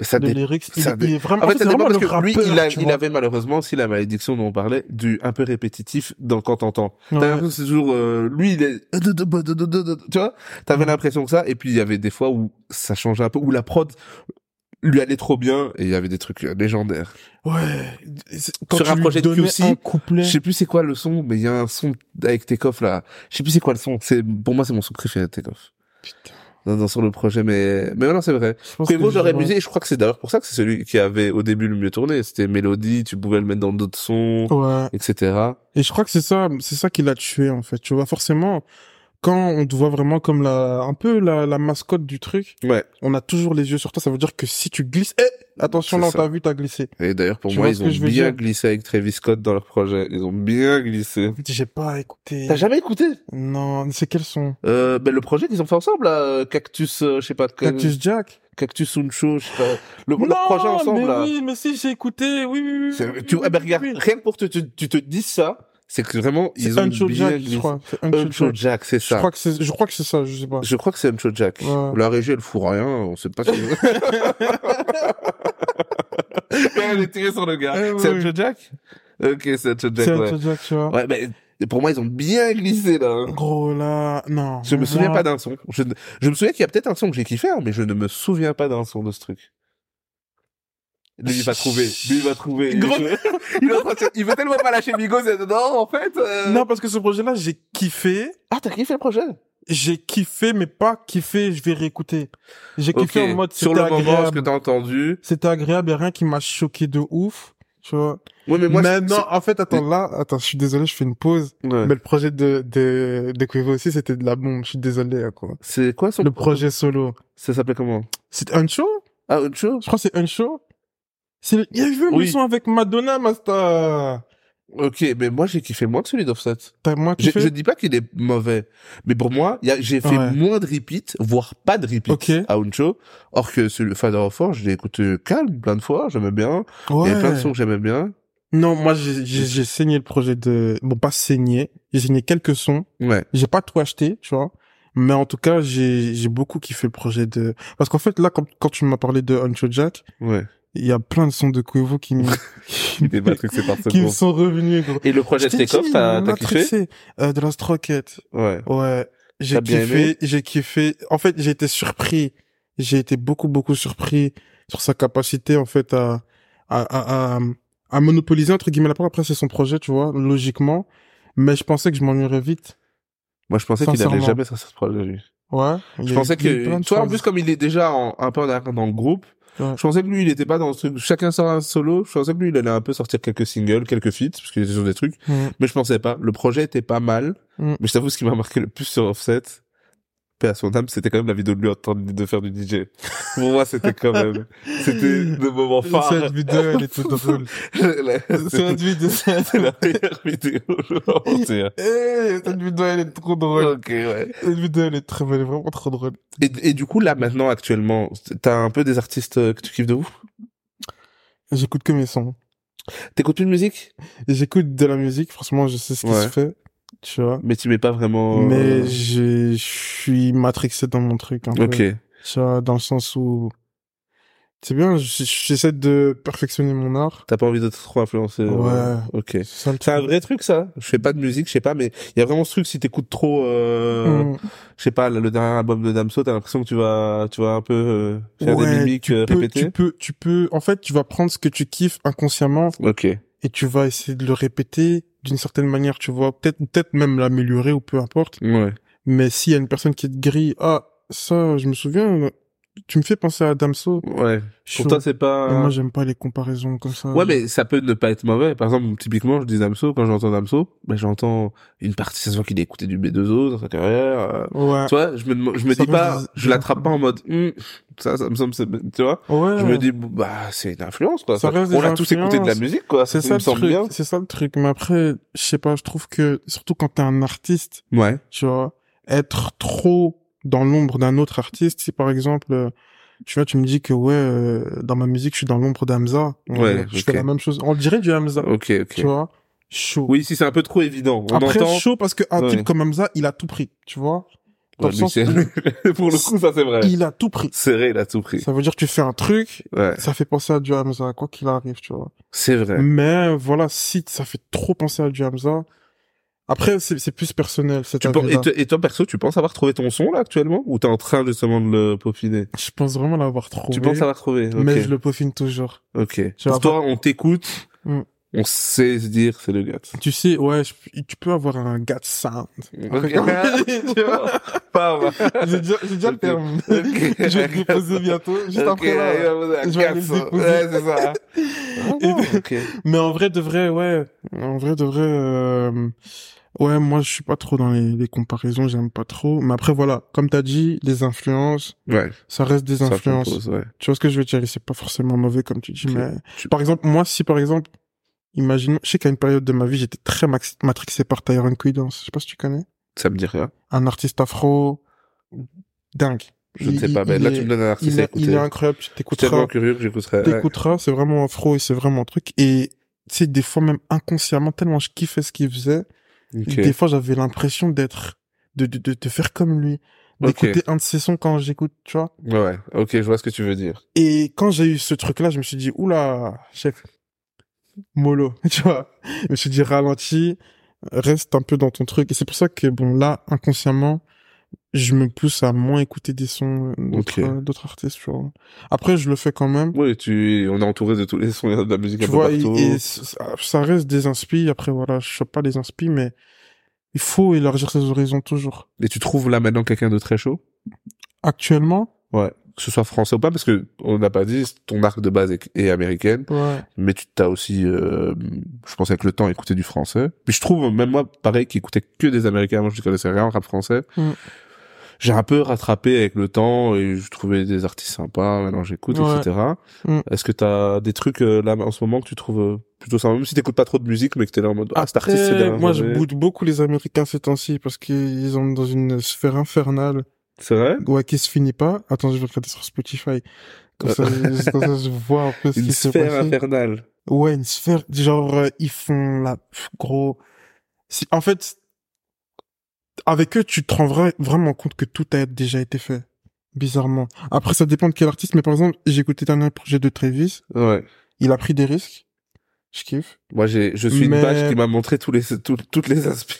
B: Ça
C: de
B: dé-
C: lyrics, il,
B: ça dé-
C: il est vraiment,
B: En fait,
C: c'est
B: ça dépend
C: vraiment
B: parce
C: le
B: que
C: rappeur,
B: lui, il, a-
C: tu
B: il
C: vois.
B: avait malheureusement aussi la malédiction dont on parlait, du un peu répétitif dans quand t'entends. T'as
C: Ouais.
B: l'impression que c'est toujours euh, lui, il est tu vois, t'avais
C: Mm.
B: l'impression que ça, et puis il y avait des fois où ça changeait un peu, où la prod lui allait trop bien, et il y avait des trucs euh, légendaires.
C: Ouais. C'est- Quand
B: Sur
C: tu
B: un
C: lui
B: projet de
C: donnais
B: QC,
C: un couplet,
B: Je sais plus c'est quoi le son, mais il y a un son avec Takeoff là. Je sais plus c'est quoi le son. C'est pour moi c'est mon son préféré Takeoff.
C: putain,
B: Non, non, sur le projet, mais mais non, c'est vrai.
C: je pense
B: Prévost,
C: que
B: j'aurais
C: je-
B: abusé. et Je crois que c'est d'ailleurs pour ça que c'est celui qui avait au début le mieux tourné. C'était mélodie, tu pouvais le mettre dans d'autres sons,
C: Ouais.
B: etc.
C: Et je crois que c'est ça, c'est ça qui l'a tué en fait. Tu vois, forcément, quand on te voit vraiment comme la, un peu la, la mascotte du truc,
B: Ouais.
C: on a toujours les yeux sur toi. Ça veut dire que si tu glisses, Eh, attention
B: C'est
C: là, on
B: ça.
C: t'a vu, t'as glissé.
B: Et d'ailleurs, pour
C: Tu
B: moi,
C: vois
B: ils
C: ce
B: ont
C: que je veux
B: bien
C: dire
B: glissé avec Travis Scott dans leur projet. Ils ont bien glissé.
C: J'ai pas écouté.
B: T'as jamais écouté
C: Non, c'est quels sont
B: euh, ben, le projet qu'ils ont fait ensemble, là, euh, Cactus, euh, je sais pas, ca-
C: Cactus Jack.
B: Cactus Uncho, je sais pas. Le, leur projet ensemble,
C: mais
B: là.
C: oui, mais si j'ai écouté, oui, oui, oui.
B: C'est-
C: oui,
B: Tu
C: oui,
B: vois, ben,
C: oui,
B: regarde,
C: oui.
B: rien que pour te, te- tu te dis ça, c'est que vraiment,
C: C'est
B: ils ont
C: Uncho
B: bien
C: Jack,
B: glissé.
C: je crois. C'est Uncho
B: Uncho
C: Jack.
B: Jack, c'est
C: Je
B: ça.
C: crois que c'est, je crois que c'est ça. Je sais pas.
B: Je crois que c'est Uncho Jack.
C: Ouais.
B: La régie, elle fout rien, on sait pas ce que... Mais elle est tirée sur le gars.
C: Eh oui,
B: c'est
C: oui.
B: Uncho Jack Ok, c'est Uncho Jack,
C: C'est
B: ouais.
C: Uncho Jack, tu vois.
B: Ouais, mais pour moi, ils ont bien glissé, là. hein.
C: Gros là, non.
B: Je me souviens
C: moi-
B: pas d'un son. Je, ne- je me souviens qu'il y a peut-être un son que j'ai kiffé, hein, mais je ne me souviens pas d'un son de ce truc. Lui, il va trouver. Lui, il va trouver. Il,
C: Gros-
B: veut- il, est en train de- il veut tellement pas lâcher Migos, et non, en fait... euh,
C: Non, parce que ce projet-là, j'ai kiffé.
B: Ah, t'as kiffé le projet
C: J'ai kiffé, mais pas kiffé, je vais réécouter. J'ai
B: Ok.
C: kiffé en mode,
B: Sur
C: c'était
B: le moment, ce que
C: agréable.
B: t'as entendu.
C: C'était agréable, y a rien qui m'a choqué de ouf. Tu vois.
B: Ouais, mais
C: Mais
B: moi...
C: non, en fait, attends, là, attends, je suis désolé, je fais une pause.
B: c'est- ouais.
C: Mais le projet de, de, de Quavo aussi, c'était de la bombe, je suis désolé, hein, quoi.
B: C'est quoi son...
C: Le projet solo.
B: Ça s'appelait comment
C: C'est un show?
B: Ah, Uncho
C: Je crois que c'est un show. C'est le, il y a eu
B: Oui.
C: le son avec Madonna, Masta.
B: Ok, mais moi j'ai kiffé moins que celui d'Offset.
C: T'as moins
B: Je,
C: kiffé?
B: je dis pas qu'il est mauvais, mais pour moi, y a- j'ai fait
C: Ouais.
B: moins de repeats, voire pas de repeats
C: Ok.
B: à Uncho, or que celui le Father of Four, je l'ai écouté calme plein de fois, j'aimais bien, il y avait plein de
C: Ouais.
B: sons que j'aimais bien.
C: Non, moi, j'ai, j'ai, j'ai saigné le projet de, bon, pas saigné. J'ai saigné quelques sons.
B: Ouais,
C: j'ai pas tout acheté, tu vois. Mais en tout cas, j'ai j'ai beaucoup kiffé le projet de... Parce qu'en fait, là, quand, quand tu m'as parlé de Honcho Jack,
B: Ouais.
C: il y a plein de sons de Quavo qui me,
B: Des Matrix et par
C: qui me
B: seconde.
C: sont revenus, gros.
B: Et le projet
C: Je t'ai
B: Stekoff,
C: dit,
B: t'as
C: on
B: t'as
C: a
B: kiffé
C: trixé. Euh, De la Rocket.
B: Ouais.
C: Ouais. J'ai
B: T'as bien aimé
C: kiffé, j'ai kiffé. En fait, j'ai été surpris. J'ai été beaucoup, beaucoup surpris sur sa capacité, en fait, à, à, à, à, à monopoliser, entre guillemets, la parole. Après, c'est son projet, tu vois, logiquement. Mais je pensais que je m'ennuierais vite.
B: Moi, je pensais qu'il allait
C: Sincèrement.
B: jamais sortir ce projet, lui.
C: Ouais. Il y
B: Je
C: a
B: pensais
C: eu- il y a eu plein
B: que,
C: de
B: toi, en
C: choses.
B: plus, comme il est déjà en- un peu en arrière dans le groupe,
C: Ouais.
B: je pensais que lui, il était pas dans ce truc, chacun sort un solo, je pensais que lui, il allait un peu sortir quelques singles, quelques feats, parce qu'il était sur des trucs,
C: Mm.
B: mais je pensais pas. Le projet était pas mal,
C: Mm.
B: mais je t'avoue, ce qui m'a marqué le plus sur Offset, paix à son âme, c'était quand même la vidéo de lui en train de de faire du DJ. Pour moi, c'était quand même, c'était le moment phare.
C: Cette vidéo, elle est toute drôle.
B: euh, C'est
C: Cette vidéo, cette
B: la meilleure vidéo, je vais pas mentir.
C: Eh, cette vidéo, elle est trop drôle.
B: Ok, ouais.
C: Cette vidéo, elle est très, elle est vraiment trop drôle.
B: Et, et du coup, là, maintenant, actuellement, t'as un peu des artistes euh, que tu kiffes de ouf
C: J'écoute que mes sons.
B: T'écoutes plus de musique
C: Et J'écoute de la musique, franchement, je sais ce qui
B: Ouais.
C: se fait, tu vois.
B: Mais tu mets pas vraiment... euh,
C: Mais j'ai- je suis matrixé dans mon truc, un peu,
B: Ok.
C: tu vois, dans le sens où... C'est bien, je- j'essaie de perfectionner mon art.
B: T'as pas envie d'être trop influencé euh,
C: Ouais.
B: Ok.
C: C'est ça le
B: C'est un
C: truc.
B: vrai truc, ça. Je fais pas de musique, je sais pas, mais il y a vraiment ce truc, si t'écoutes trop, euh,
C: Mm.
B: je sais pas, le dernier album de Damso, t'as l'impression que tu vas, tu vas un peu euh, faire
C: Ouais,
B: des mimiques euh,
C: Peu-
B: répétées.
C: tu peux, tu peux, en fait, tu vas prendre ce que tu kiffes inconsciemment
B: Ok.
C: et tu vas essayer de le répéter d'une certaine manière, tu vois. Peut-être, peut-être même l'améliorer ou peu importe.
B: Ouais.
C: Mais s'il y a une personne qui te grille, ah, ça, je me souviens, tu me fais penser à Damso.
B: Ouais.
C: Je suis
B: Pour toi, c'est pas...
C: Et moi, j'aime pas les comparaisons comme ça.
B: Ouais, mais ça peut ne pas être mauvais. Par exemple, typiquement, je dis Damso, quand j'entends Damso, ben, j'entends une partie, ça se voit qu'il a écouté du B2O dans sa carrière. euh,
C: Ouais.
B: Tu vois, je me, dem- je me
C: Ça
B: dis
C: va,
B: pas,
C: je-
B: je l'attrape pas en mode, Hum, ça, ça me semble, c'est- tu vois.
C: Ouais.
B: Je me dis, bah, c'est une influence, quoi.
C: Ça reste des
B: On a tous écouté de la
C: influences.
B: musique, quoi.
C: c'est
B: me
C: ça le
B: semble
C: truc.
B: bien.
C: C'est ça le truc. Mais après, je sais pas, je trouve que, surtout quand t'es un artiste,
B: Ouais.
C: tu vois, être trop dans l'ombre d'un autre artiste, si par exemple, euh, tu vois, tu me dis que ouais, euh, dans ma musique, je suis dans l'ombre d'Hamza. Euh,
B: Ouais,
C: Je
B: ok.
C: fais la même chose. On dirait du Hamza.
B: Ok,
C: Tu
B: ok.
C: vois. Chaud.
B: Oui, si c'est un peu trop évident. On
C: Après,
B: entend.
C: chaud parce que un
B: Ouais.
C: type comme Hamza, il a tout pris. Tu vois. dans
B: Ouais,
C: le
B: lui,
C: sens
B: c'est- Pour le coup, ça, c'est vrai.
C: Il a tout pris.
B: Serré, il a tout pris.
C: Ça veut dire que tu fais un truc,
B: Ouais.
C: ça fait penser à du Hamza, quoi qu'il arrive, tu vois.
B: C'est vrai.
C: Mais voilà, si ça fait trop penser à du Hamza. Après, c'est c'est plus personnel. Cette
B: Tu pen-
C: avis-là.
B: et, te- et toi, perso, tu penses avoir trouvé ton son, là, actuellement? Ou t'es en train, justement, de le peaufiner?
C: Je pense vraiment l'avoir trouvé.
B: Tu penses avoir trouvé? ok.
C: Mais je le peaufine toujours.
B: Ok.
C: Tu
B: Pour
C: vas
B: toi, on t'écoute.
C: Mm.
B: On sait se dire, c'est le gars.
C: Tu sais, ouais, je- tu peux avoir un gars de sound. Après,
B: Ok.
C: comme je dis, tu vois,
B: Pas mal.
C: J'ai déjà, j'ai déjà le
B: Ok.
C: terme.
B: Ok.
C: Je vais le déposer bientôt, juste
B: Ok,
C: après là.
B: il va vous dire
C: je vais
B: quatre
C: aller le
B: cents.
C: déposer.
B: Ouais, c'est ça.
C: Et-
B: ok.
C: Mais en vrai, de vrai, ouais. En vrai, de vrai, euh, ouais, moi, je suis pas trop dans les, les comparaisons, j'aime pas trop. Mais après, voilà, comme t'as dit, les influences,
B: Ouais.
C: ça reste des
B: ça
C: influences.
B: compose, ouais.
C: Tu vois ce que je veux dire? et C'est pas forcément mauvais, comme tu dis,
B: Ok.
C: mais
B: Tu-
C: par exemple, moi, si par exemple, imaginons, je sais qu'à une période de ma vie, j'étais très max- matrixé par Tyrone Quidance. Je sais pas si tu connais.
B: Ça me dit rien.
C: Un artiste afro, dingue.
B: Je ne
C: Il-
B: sais pas,
C: il-
B: mais
C: il
B: là,
C: est-
B: tu me donnes un artiste
C: il
B: à
C: est, il
B: écouter.
C: est incroyable, tu
B: Je suis tellement
C: t'écouteras,
B: curieux que j'écouterais. ouais.
C: t'écouteras, c'est vraiment afro et c'est vraiment un truc. Et, tu sais, des fois même inconsciemment, tellement je kiffais ce qu'il faisait,
B: Ok.
C: des fois j'avais l'impression d'être, de, de, de, de faire comme lui,
B: Ok.
C: d'écouter un de ses sons quand j'écoute, tu vois.
B: Ouais, ok, je vois ce que tu veux dire.
C: Et quand j'ai eu ce truc-là, je me suis dit, oula, chef, mollo, tu vois. Je me suis dit, ralenti, reste un peu dans ton truc. Et c'est pour ça que, bon, là, inconsciemment, je me pousse à moins écouter des sons euh, d'autres
B: Ok.
C: d'autres artistes, tu vois. Après, je le fais quand même.
B: Oui, tu, on est entouré de tous les sons, il y a de la musique
C: Tu
B: un
C: vois,
B: peu
C: et,
B: partout.
C: et c- ça reste des inspires. Après, voilà, je chope pas les inspires, mais il faut élargir ses horizons toujours.
B: Et tu trouves là maintenant quelqu'un de très chaud?
C: Actuellement,
B: Ouais. Que ce soit français ou pas, parce que on n'a pas dit, ton arc de base est, est américaine,
C: ouais.
B: mais tu t'as aussi, euh, je pense avec le temps, écouté du français. Puis je trouve, même moi, pareil, qui écoutais que des américains, moi je ne connaissais rien en rap français.
C: Mm.
B: J'ai un peu rattrapé avec le temps et je trouvais des artistes sympas, maintenant j'écoute,
C: Ouais.
B: etc.
C: Mm.
B: Est-ce que t'as des trucs euh, là en ce moment que tu trouves euh, plutôt sympa, même si t'écoutes pas trop de musique, mais que t'es là en mode, ah, cet artiste, c'est
C: Après,
B: derrière
C: moi, je
B: moi, mais-
C: boude beaucoup les Américains ces temps-ci parce qu'ils ont dans une sphère infernale.
B: C'est vrai?
C: Ouais, qui se finit pas. Attends, je vais regarder sur Spotify. Comme ça, je, comme ça, je vois un peu ce
B: Une
C: qui s'est
B: sphère
C: passé.
B: infernale.
C: Ouais, une sphère. Genre, euh, ils font la... Pff, Gros... C'est- En fait, avec eux, tu te rends vra- vraiment compte que tout a déjà été fait. Bizarrement. Après, ça dépend de quel artiste, mais par exemple, j'ai écouté le dernier projet de Travis.
B: Ouais.
C: Il a pris des risques. Je kiffe.
B: Moi, j'ai, je suis
C: Mais-
B: une page qui m'a montré tous les, tout- toutes les aspects.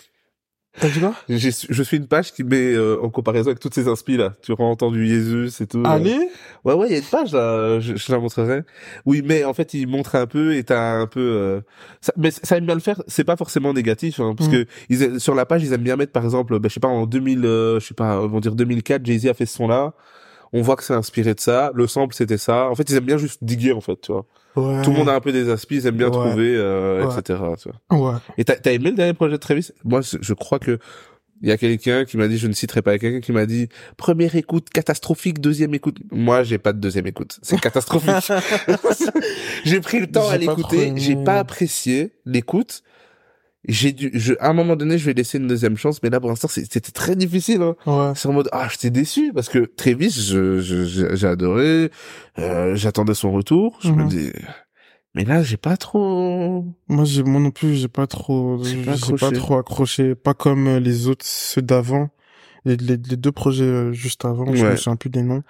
C: T'as dit quoi
B: J'ai- je suis une page qui met euh, en comparaison avec toutes ces inspi là. Tu auras entendu Jésus et tout. euh.
C: Allez
B: Ouais, ouais, il y a une page, là, euh, je, je la montrerai. Oui, mais en fait, il montre un peu et t'as un peu... euh, ça, mais ça aime bien le faire, c'est pas forcément négatif, hein, parce
C: Mm.
B: que ils, aiment- sur la page, ils aiment bien mettre, par exemple, ben, je sais pas, en 2000, euh, je sais pas, on va dire 2004, Jay-Z a fait ce son-là, on voit que c'est inspiré de ça, le sample, c'était ça. En fait, ils aiment bien juste diguer, en fait, tu vois.
C: Ouais.
B: Tout le monde a un peu des aspis, ils aiment bien
C: Ouais.
B: trouver, euh,
C: Ouais.
B: etc. tu vois.
C: Ouais.
B: Et t'as, t'as aimé le dernier projet de Travis Moi, je je crois que il y a quelqu'un qui m'a dit, je ne citerai pas, il y a quelqu'un qui m'a dit première écoute catastrophique, deuxième écoute. Moi, j'ai pas de deuxième écoute, c'est catastrophique. j'ai pris le temps à
C: J'ai pas trop
B: l'écouter,
C: aimé.
B: j'ai pas apprécié l'écoute. J'ai dû, je, à un moment donné, je vais laisser une deuxième chance, mais là pour l'instant, c'est- c'était très difficile. Hein.
C: Ouais.
B: C'est en mode ah j'étais déçu parce que Travis je, je- je- j'ai adoré euh, j'attendais son retour je me
C: Mhm.
B: dis mais là j'ai pas trop
C: Moi, j'ai, moi non plus, j'ai pas trop,
B: J'ai
C: j'ai
B: pas
C: pas,
B: accroché.
C: trop accroché. Pas comme euh, les autres, ceux d'avant. Les, les, les deux projets euh, juste avant, je
B: Ouais.
C: me souviens plus des noms.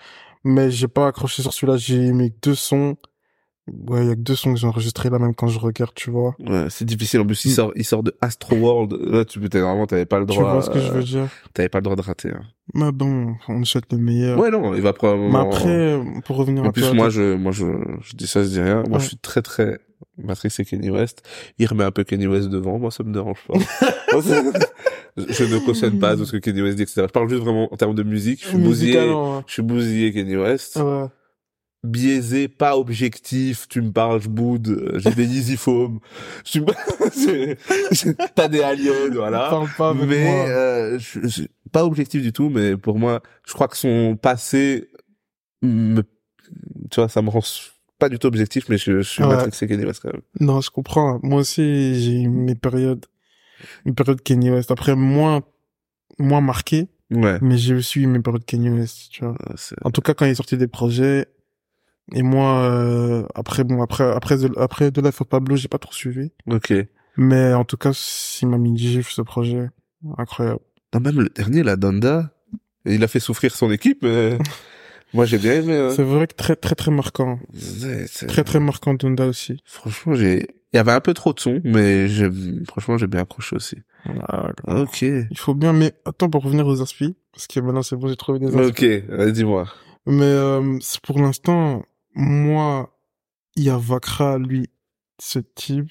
C: Mais j'ai pas accroché sur celui-là. J'ai aimé que deux sons. Ouais, il y a que deux sons que j'ai enregistrés là, même quand je regarde, tu vois.
B: Ouais, c'est difficile. En plus, il
C: Mm.
B: sort, il sort de Astro World. Là, tu t'es vraiment, t'avais pas le
C: Tu
B: droit.
C: vois ce que je
B: euh,
C: veux dire?
B: T'avais pas le droit de rater. hein.
C: Mais bon, on nous souhaite le meilleur.
B: Ouais, non, il va
C: Mais
B: probablement.
C: après, pour revenir
B: hein. en
C: un peu
B: plus,
C: à
B: moi,
C: toi-
B: je, moi, je, je dis ça, je dis rien. Moi, je
C: Ouais.
B: suis très, très Matrix et Kenny West. Il remet un peu Kenny West devant. Moi, ça me dérange pas. je ne cautionne pas tout ce que Kenny West dit, etc. Je parle juste vraiment en termes de musique. Je suis bousillé.
C: musicalement, ouais.
B: Je suis bousillé Kenny West.
C: Ouais.
B: Biaisé, pas objectif. Tu me parles, je boude. euh, J'ai des easy foam. Je suis, c'est- c'est- t'as des aliens, voilà.
C: Parle pas avec
B: mais
C: moi.
B: euh, je- je- pas objectif du tout mais pour moi je crois que son passé me- tu vois ça me rend s- pas du tout objectif mais je, je suis
C: Ouais.
B: matrixé Kanye West quand même
C: Non, je comprends. Moi aussi, j'ai eu mes périodes, mes périodes Kanye West. Après, moins, moins marquées,
B: ouais
C: mais j'ai aussi eu mes périodes Kanye West, tu vois.
B: Euh, c'est-
C: En tout cas, quand il est sorti des projets, et moi, euh, après, bon, après, après, The- après De La Feu Pablo, j'ai pas trop suivi.
B: ok
C: Mais en tout cas, il m'a mis une gifle, ce projet. Incroyable.
B: non même le dernier la Donda il a fait souffrir son équipe mais moi j'ai bien aimé hein.
C: C'est vrai que très, très, très marquant.
B: C'est- c'est-
C: Très, très marquant, Donda aussi.
B: franchement j'ai il y avait un peu trop de son mais j'ai franchement j'ai bien accroché aussi ok
C: Il faut bien, mais attends, pour revenir aux inspi, parce que maintenant, c'est bon, j'ai trouvé des inspi.
B: ok euh, dis-moi
C: Mais euh, c'est pour l'instant, moi, il y a Vakra, lui, ce type.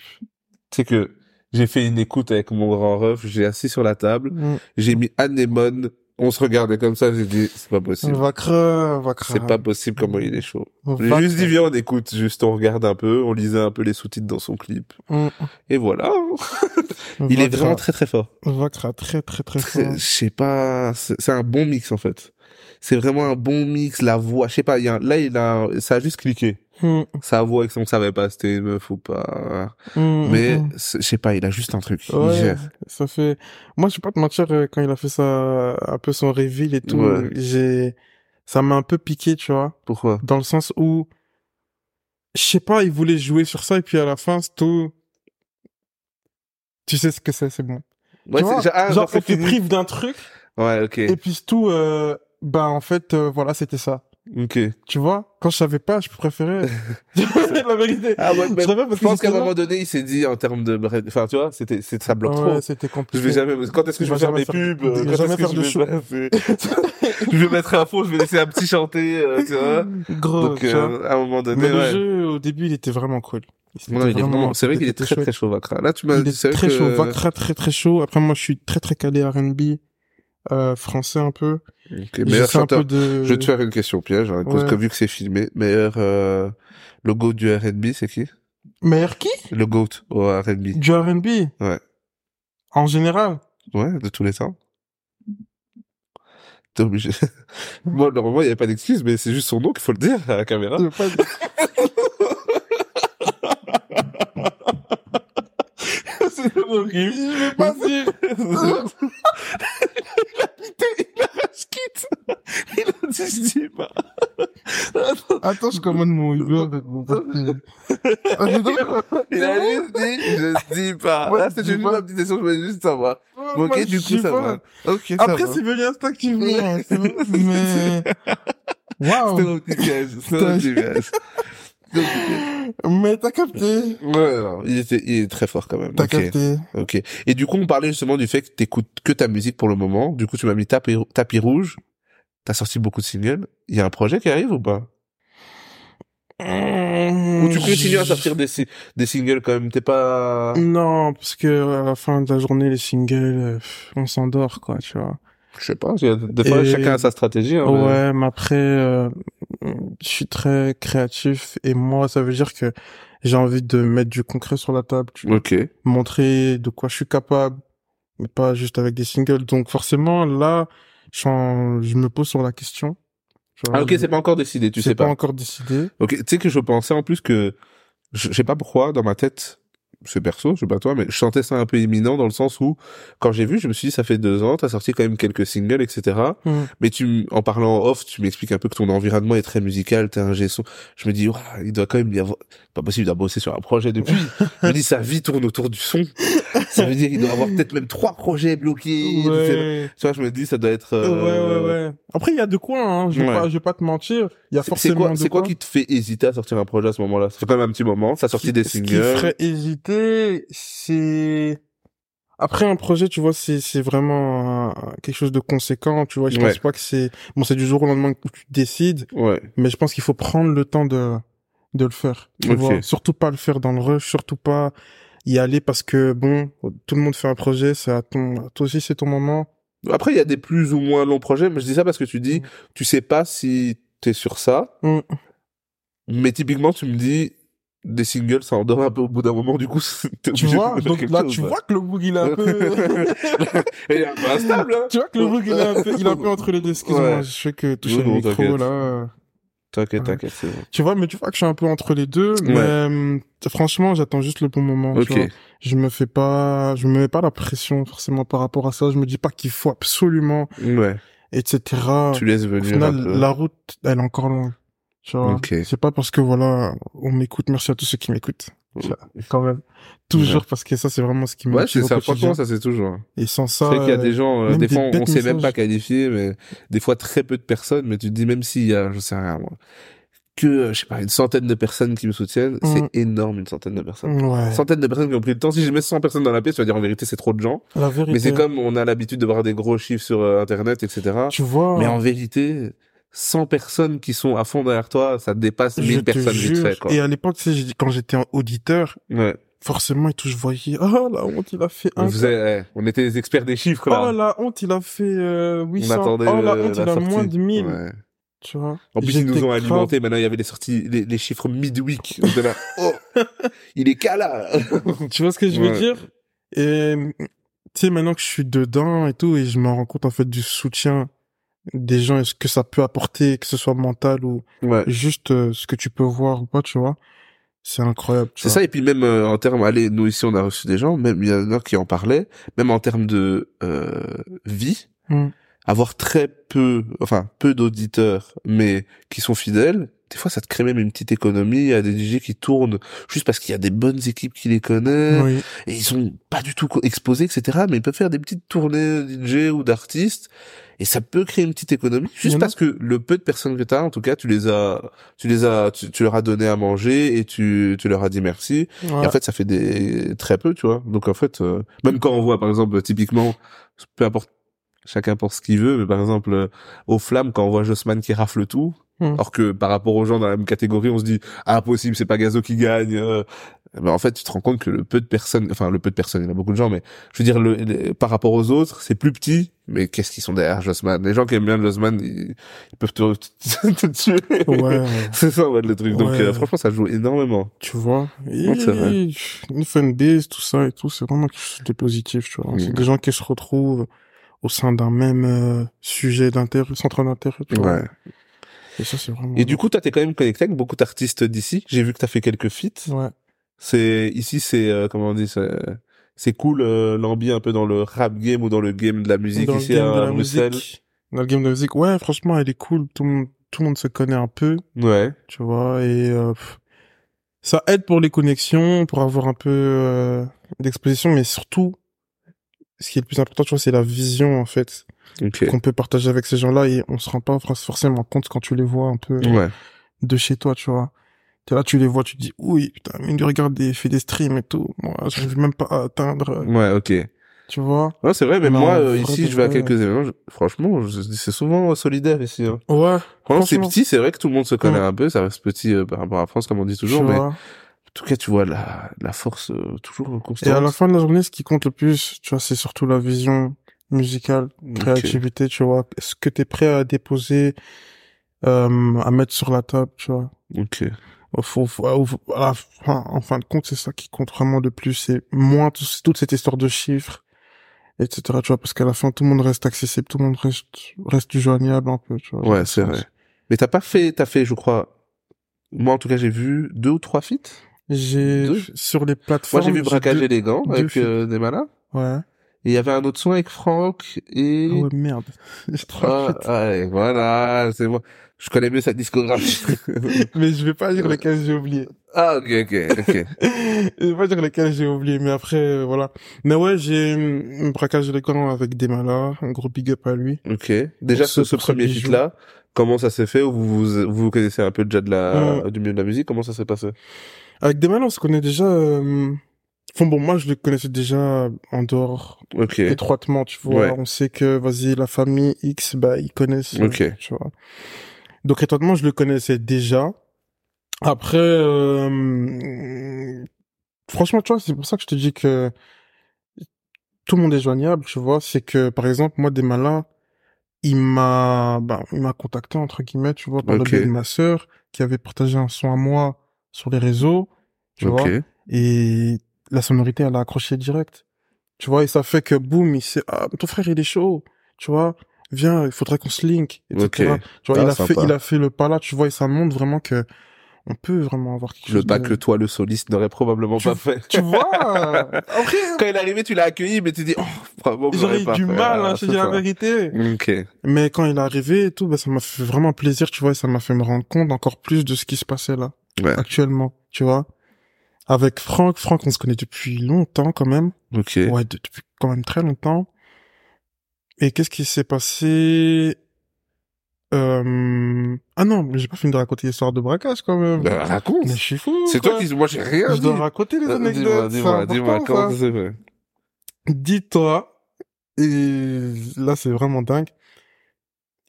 B: c'est que j'ai fait une écoute avec mon grand ref j'ai assis sur la table J'ai mis anémone. On se regardait comme ça. J'ai dit, c'est pas possible.
C: Vakra, Vakra.
B: C'est pas possible comment il est chaud. J'ai
C: Vakra.
B: juste dit, viens, on écoute. Juste, on regarde un peu. On lisait un peu les sous-titres dans son clip.
C: Mm.
B: Et voilà. Il est
C: Vakra.
B: vraiment très, très fort.
C: Vakra, très, très, très
B: Très-
C: fort.
B: Je sais pas. C'est c'est un bon mix, en fait. C'est vraiment un bon mix. La voix, je sais pas. il Y a un- Là, il a, ça a juste cliqué.
C: Mm,
B: Sa voix, on savait pas, c'était une meuf ou pas.
C: mm,
B: Mais,
C: mm.
B: c'est- je sais pas, il a juste un truc. Il
C: Ouais,
B: gère.
C: ça fait. Moi, je vais pas te mentir, euh, quand il a fait ça, un peu son reveal et tout,
B: Ouais.
C: j'ai. Ça m'a un peu piqué, tu vois.
B: Pourquoi?
C: dans le sens où je sais pas, il voulait jouer sur ça et puis à la fin c'est tout. Tu sais ce que c'est, c'est bon.
B: Ouais,
C: tu vois,
B: c'est- ah,
C: genre on
B: c'est
C: te
B: fini.
C: prive d'un truc
B: Ouais, ok.
C: et puis c'est tout. Euh, bah en fait euh, voilà c'était ça.
B: Ok.
C: Tu vois, quand je savais pas, je préférais la vérité.
B: Ah ouais, mais
C: je savais parce
B: Je pense qu'à
C: que
B: un moment donné, il s'est dit en termes de, bref- enfin, tu vois, c'était, c'est, ça bloque trop.
C: ouais, c'était
B: Je
C: compliqué.
B: vais jamais, quand est-ce que
C: Il
B: je vais
C: va
B: faire
C: jamais
B: mes
C: faire-
B: pubs?
C: il
B: euh,
C: va
B: Quand
C: jamais
B: est-ce que
C: faire
B: je
C: de
B: vais
C: show.
B: passer Je vais mettre à fond, je vais laisser un petit chanter, euh, tu vois.
C: Gros,
B: Donc,
C: Oh, tu vois.
B: euh, à un moment donné,
C: Mais le
B: ouais.
C: jeu au début il était vraiment cool. C'était
B: Non, il est
C: vraiment-
B: vraiment- c'est vrai qu'il est
C: c'était
B: très
C: chouette.
B: très chaud, Vakra. Là, tu m'as
C: Il
B: dit,
C: est
B: c'est vrai
C: très
B: que-
C: chaud, Vakra très très chaud. Après moi je suis très très calé R&B euh, français un peu.
B: Ok,
C: Et
B: meilleur
C: je sais un
B: chanteur.
C: peu de
B: Je vais te faire une question piège, hein, parce
C: Ouais.
B: que vu que c'est filmé, meilleur, euh, le GOAT du R&B, c'est qui?
C: meilleur qui
B: Le GOAT au R&B.
C: du R&B.
B: Ouais.
C: En général.
B: Ouais, de tous les temps.
C: Mmh.
B: T'es obligé. Moi, normalement, il n'y avait pas d'excuse, mais c'est juste son nom qu'il faut le dire à la caméra.
C: Je veux pas dire-
B: c'est horrible.
C: je veux pas dire.
B: il a quitté, il a rage quit. Il a dit, je dis pas.
C: Attends, je commande mon Uber.
B: Il a juste dit, je dis pas.
C: Ouais,
B: Là, c'est
C: je dis
B: une
C: pas.
B: Ah, petite question, je voulais juste savoir.
C: vois,
B: Ok,
C: Ah, moi,
B: du coup,
C: j'y
B: ça
C: vois.
B: va. Ok, ça
C: Après,
B: va.
C: c'est venu instinctivement, c'est bon, mais...
B: C'était
C: Waouh
B: mon petit piège. C'était mon petit piège. Donc,
C: Mais t'as capté
B: Ouais, non, il était, il est très fort quand même.
C: T'as
B: Ok,
C: capté
B: ok. Et du coup, on parlait justement du fait que t'écoutes que ta musique pour le moment. Du coup, tu m'as mis tapis, tapis rouge. T'as sorti beaucoup de singles. Il y a un projet qui arrive ou pas Ou tu continues à sortir des, si- des singles quand même T'es pas.
C: Non, parce que euh, à la fin de la journée, les singles, euh, pff, on s'endort, quoi, tu vois.
B: Je sais pas. il y a- Des fois,
C: Et-
B: chacun a sa stratégie. hein, mais-
C: Ouais, mais après, euh, je suis très créatif et moi, ça veut dire que j'ai envie de mettre du concret sur la table, tu-
B: Ok.
C: montrer de quoi je suis capable, mais pas juste avec des singles. Donc forcément, là, je, suis en- je me pose sur la question. Tu vois,
B: Ah, ok,
C: je-
B: c'est pas encore décidé. Tu
C: c'est
B: sais pas.
C: encore décidé.
B: Ok, tu sais que je pensais en plus que je je sais pas pourquoi dans ma tête, c'est perso, je sais pas toi, mais je sentais ça un peu imminent dans le sens où quand j'ai vu, je me suis dit ça fait deux ans, t'as sorti quand même quelques singles, etc.
C: Mm.
B: Mais tu, m- en parlant en off, tu m'expliques un peu que ton environnement est très musical, t'es un gesson. Je me dis, Ouah, il doit quand même y avoir, pas possible, il doit bosser sur un projet depuis. je me dis, sa vie tourne autour du son. Ça veut dire, il doit avoir peut-être même trois projets bloqués.
C: Ouais.
B: Tu vois, je me dis, ça doit être.
C: Ouais,
B: euh,
C: ouais, ouais. Après, il y a de quoi, hein. Je vais
B: Ouais.
C: pas, je vais pas te mentir. Il y a
B: c'est- C'est
C: forcément
B: quoi,
C: de
B: c'est quoi qui te fait hésiter à sortir un projet à ce moment-là Ça fait quand même un petit moment. Ça a sorti
C: qui-
B: des
C: Ce qui
B: singles.
C: ferait hésiter, c'est après un projet, tu vois, c'est c'est vraiment un- quelque chose de conséquent, tu vois. Je
B: Ouais.
C: pense pas que c'est bon, c'est du jour au lendemain que tu décides,
B: Ouais.
C: mais je pense qu'il faut prendre le temps de de le faire. Tu
B: Ok.
C: vois, surtout pas le faire dans le rush, surtout pas y aller parce que bon, tout le monde fait un projet, c'est à ton, toi aussi c'est ton moment.
B: Après, il y a des plus ou moins longs projets, mais je dis ça parce que tu dis,
C: Mm.
B: tu sais pas si t'es sur ça,
C: Mm.
B: mais typiquement, tu me dis, des singles, ça endort un peu au bout d'un moment, du coup, t'es
C: Tu
B: obligé de
C: vois,
B: faire
C: donc
B: quelque
C: là
B: chose,
C: tu
B: ouais.
C: vois que le bug il est un peu,
B: Et il est un peu instable, hein
C: tu vois que le bug il est un peu, il est un peu entre les deux. Excuse-moi,
B: Ouais.
C: je sais que toucher
B: Non, non,
C: le micro
B: t'inquiète.
C: là. euh.
B: T'inquiète, t'inquiète, c'est bon.
C: Tu vois, mais tu vois que je suis un peu entre les deux. Mais
B: Ouais.
C: euh, franchement, j'attends juste le bon moment. tu vois.
B: Ok.
C: Je me fais pas, je me mets pas la pression forcément par rapport à ça. Je me dis pas qu'il faut absolument,
B: Ouais.
C: etc.
B: Tu laisses
C: Au
B: venir un
C: final,
B: peu.
C: la route, elle est encore loin. Tu vois.
B: Ok.
C: C'est pas parce que voilà, on m'écoute. Merci à tous ceux qui m'écoutent.
B: Ouais.
C: Quand même. Toujours parce que ça, c'est vraiment ce qui me
B: Ouais, c'est
C: motive au
B: ça.
C: quotidien.
B: Franchement, ça, c'est toujours. hein.
C: Et sans
B: C'est
C: ça,
B: vrai qu'il y a
C: euh,
B: des gens, euh,
C: même
B: des
C: des
B: fois, on
C: bêtes
B: sait même pas
C: messages.
B: qualifier, mais des fois, très peu de personnes, mais tu te dis, même s'il y a, je sais rien, moi, que, euh, je sais pas, une centaine de personnes qui me soutiennent,
C: Mm.
B: c'est énorme, une centaine de personnes.
C: euh, ouais.
B: Centaines de personnes qui ont pris le temps. Si je mets 100 personnes dans la pièce, tu vas dire, en vérité, c'est trop de gens.
C: La vérité.
B: Mais c'est comme, on a l'habitude de voir des gros chiffres sur euh, Internet, etc.
C: Tu vois. hein.
B: Mais en vérité, 100 personnes qui sont à fond derrière toi, ça dépasse
C: je
B: 1000
C: te
B: personnes vite
C: jure.
B: fait, quoi.
C: Et à l'époque, tu sais, j'ai dit- quand j'étais en auditeur,
B: Ouais.
C: forcément et tout je voyais ah la honte il a fait
B: On
C: un
B: faisait, ouais, on était des experts des chiffres, là.
C: oh la honte il a fait euh,
B: on
C: 800
B: attendait
C: oh la
B: euh,
C: honte il a
B: sortie.
C: moins de 1000
B: Ouais.
C: tu vois
B: En plus, ils nous
C: J'étais
B: ont
C: grave-
B: alimenté. Maintenant, il y avait les sorties, les, les chiffres midweek. On était là, oh, il est cala.
C: tu vois ce que je veux
B: Ouais.
C: dire et tu sais maintenant que je suis dedans et tout et je me rends compte en fait du soutien des gens et ce que ça peut apporter que ce soit mental ou
B: ouais.
C: juste euh, ce que tu peux voir ou pas tu vois c'est incroyable tu
B: C'est
C: vois.
B: ça. Et puis même euh, en termes, allez, nous ici, on a reçu des gens. Même il y en a qui en parlaient. Même en termes de euh, vie,
C: Mm.
B: avoir très peu, enfin peu d'auditeurs, mais qui sont fidèles. Des fois, ça te crée même une petite économie. Il y a des DJ qui tournent juste parce qu'il y a des bonnes équipes qui les connaissent.
C: oui
B: et ils sont pas du tout co- exposés, etc. Mais ils peuvent faire des petites tournées DJ ou d'artistes, et ça peut créer une petite économie,
C: Il y
B: juste
C: en a.
B: parce que le peu de personnes que t'as, en tout cas, tu les as, tu les as, tu, tu leur as donné à manger et tu, tu leur as dit merci. Et
C: Ouais. Mm.
B: en fait, ça fait des très peu, tu vois. Donc en fait, euh, même quand on voit, par exemple, typiquement, peu importe. Chacun pense ce qu'il veut, mais par exemple, euh, aux flammes, quand on voit Jossman qui rafle tout,
C: Mm.
B: alors que par rapport aux gens dans la même catégorie, on se dit, impossible, c'est pas Gazo qui gagne, euh, ben, en fait, tu te rends compte que le peu de personnes, enfin le peu de personnes, il y en a beaucoup de gens, mais je veux dire, le, le- par rapport aux autres, c'est plus petit. Mais qu'est-ce qu'ils sont derrière Jossman Les gens qui aiment bien Jossman, ils, ils peuvent te, te tuer.
C: ouais
B: C'est ça, en fait, le truc. Donc,
C: Ouais.
B: euh, franchement, ça joue énormément.
C: tu vois.
B: Ouais, c'est vrai.
C: Et une fanbase, tout ça et tout, c'est vraiment quelque chose de positif, tu vois.
B: Mm.
C: C'est des gens qui se retrouvent au sein d'un même euh, sujet d'intérêt, centre d'intérêt, tu vois. Et ça, c'est vraiment...
B: Et du coup, toi, t'es quand même connecté avec beaucoup d'artistes d'ici. J'ai vu que t'as fait quelques feats.
C: Ouais.
B: C'est ici, c'est euh, comment on dit c'est- C'est cool euh, l'ambi un peu dans le rap game ou dans le game de la musique
C: Dans le
B: ici
C: game de
B: à
C: la
B: Bruxelles.
C: musique. Dans le game de la musique. Ouais, franchement, elle est cool. Tout le monde, tout le monde se connaît un peu,
B: Ouais.
C: tu vois. Et euh, pff, ça aide pour les connexions, pour avoir un peu euh, d'exposition, mais surtout, ce qui est le plus important, tu vois, c'est la vision, en fait,
B: Ok.
C: qu'on peut partager avec ces gens-là et on se rend pas for- forcément compte quand tu les vois un peu euh,
B: Ouais.
C: de chez toi, tu vois. T'es là, tu les vois, tu te dis, oui, putain, mais lui, regarde, il fait des streams et tout. Moi, j'arrive même pas à atteindre, euh,
B: Ouais, ok.
C: tu vois.
B: Ouais, c'est vrai, mais
C: Non,
B: moi, euh,
C: faudrait
B: ici,
C: que
B: je vais à
C: je-
B: quelques événements. je- Franchement, je- c'est souvent euh, solidaire ici. Hein.
C: Ouais.
B: Quand c'est
C: Franchement.
B: petit, c'est vrai que tout le monde se connaît
C: Mm.
B: un peu. Ça reste petit euh, par rapport à la France, comme on dit toujours.
C: tu
B: Mais en
C: vois.
B: tout cas, tu vois la, la force euh, toujours
C: Et à la
B: constante.
C: fin de la journée, ce qui compte le plus, tu vois, c'est surtout la vision musicale,
B: Ok.
C: créativité, tu vois. Ce que t'es prêt à déposer, euh, à mettre sur la table, tu vois.
B: Ok.
C: Au- faut- faut- à- au- à la fin, en fin de compte, c'est ça qui compte vraiment le plus. C'est moins tout- toute cette histoire de chiffres, etc. Tu vois, parce qu'à la fin, tout le monde reste accessible, tout le monde reste, reste joignable un peu, tu vois.
B: Ouais, c'est vrai. Mais t'as pas fait, t'as fait, je crois. Moi, en tout cas, j'ai vu deux ou trois feats.
C: J'ai,
B: Deux.
C: sur les
B: Moi,
C: plateformes.
B: j'ai vu Braquage
C: deux-
B: élégant
C: deux
B: avec
C: feats.
B: euh, des malins.
C: Ouais.
B: Et il y avait un autre son avec Franck et...
C: Ah ouais, merde. J'ai trois
B: Ah,
C: feats.
B: ouais, voilà, c'est moi. Je connais mieux sa discographie.
C: Mais je vais pas dire lesquels j'ai oublié.
B: ah, ok, ok, ok.
C: je vais pas dire lesquels j'ai oublié, mais après, euh, voilà. Mais ouais, j'ai hum, un braquage élégant avec Demala, un gros big up à lui.
B: Ok. Déjà,
C: Pour
B: ce,
C: ce-
B: ce
C: pour ce
B: premier
C: bijou.
B: feat-là, comment ça s'est fait? Ou Vous, vous, vous connaissez un peu déjà de
C: Euh.
B: la, du milieu de la musique? Comment ça s'est passé?
C: Avec Demala, on se connaît déjà, euh... enfin bon, moi, je le connaissais déjà en dehors,
B: Ok.
C: étroitement, tu vois.
B: Ouais.
C: On sait que, vas-y, la famille X, bah, ils connaissent, euh,
B: Ok.
C: tu vois. Donc, étroitement, je le connaissais déjà. Après, euh... hum, franchement, tu vois, c'est pour ça que je te dis que tout le monde est joignable, tu vois. C'est que, par exemple, moi, des malins, il m'a, ben, il m'a contacté, entre guillemets, tu vois, par
B: Ok.
C: le biais de ma sœur, qui avait partagé un son à moi sur les réseaux, tu
B: ok.
C: vois. Et la sonorité, elle a accroché direct. Tu vois, et ça fait que, boum, il s'est, ah, ton frère, il est chaud, tu vois. Viens, il faudrait qu'on se link, etc.
B: Ok.
C: Tu vois,
B: Ah,
C: il a
B: sympa.
C: fait, il a fait le pas là, tu vois, et ça montre vraiment que on peut vraiment avoir quelque
B: Le
C: chose
B: pas
C: de-
B: que toi, le soliste, n'aurait probablement pas fait.
C: Tu vois? Après,
B: Quand il est arrivé, tu l'as accueilli, mais tu dis, oh, bravo,
C: J'aurais eu du mal,
B: Ah,
C: hein, je te dis la vérité.
B: Ok.
C: Mais quand il est arrivé et tout, bah, ça m'a fait vraiment plaisir, tu vois, et ça m'a fait me rendre compte encore plus de ce qui se passait là,
B: Ouais.
C: actuellement, tu vois. Avec Franck, Franck, on se connaît depuis longtemps quand même.
B: Ok.
C: Ouais, de- depuis quand même très longtemps. Et qu'est-ce qui s'est passé euh... Ah non, mais j'ai pas fini de raconter l'histoire de braquage quand même.
B: Ben, raconte.
C: Mais je suis fou.
B: C'est toi
C: quoi.
B: qui, moi, j'ai rien
C: Je
B: dit.
C: dois raconter les
B: Euh,
C: anecdotes. c'est
B: Dis-moi, dis-moi, dis-moi,
C: important, ça.
B: comment ça s'est fait?
C: Dis-toi, et là c'est vraiment dingue.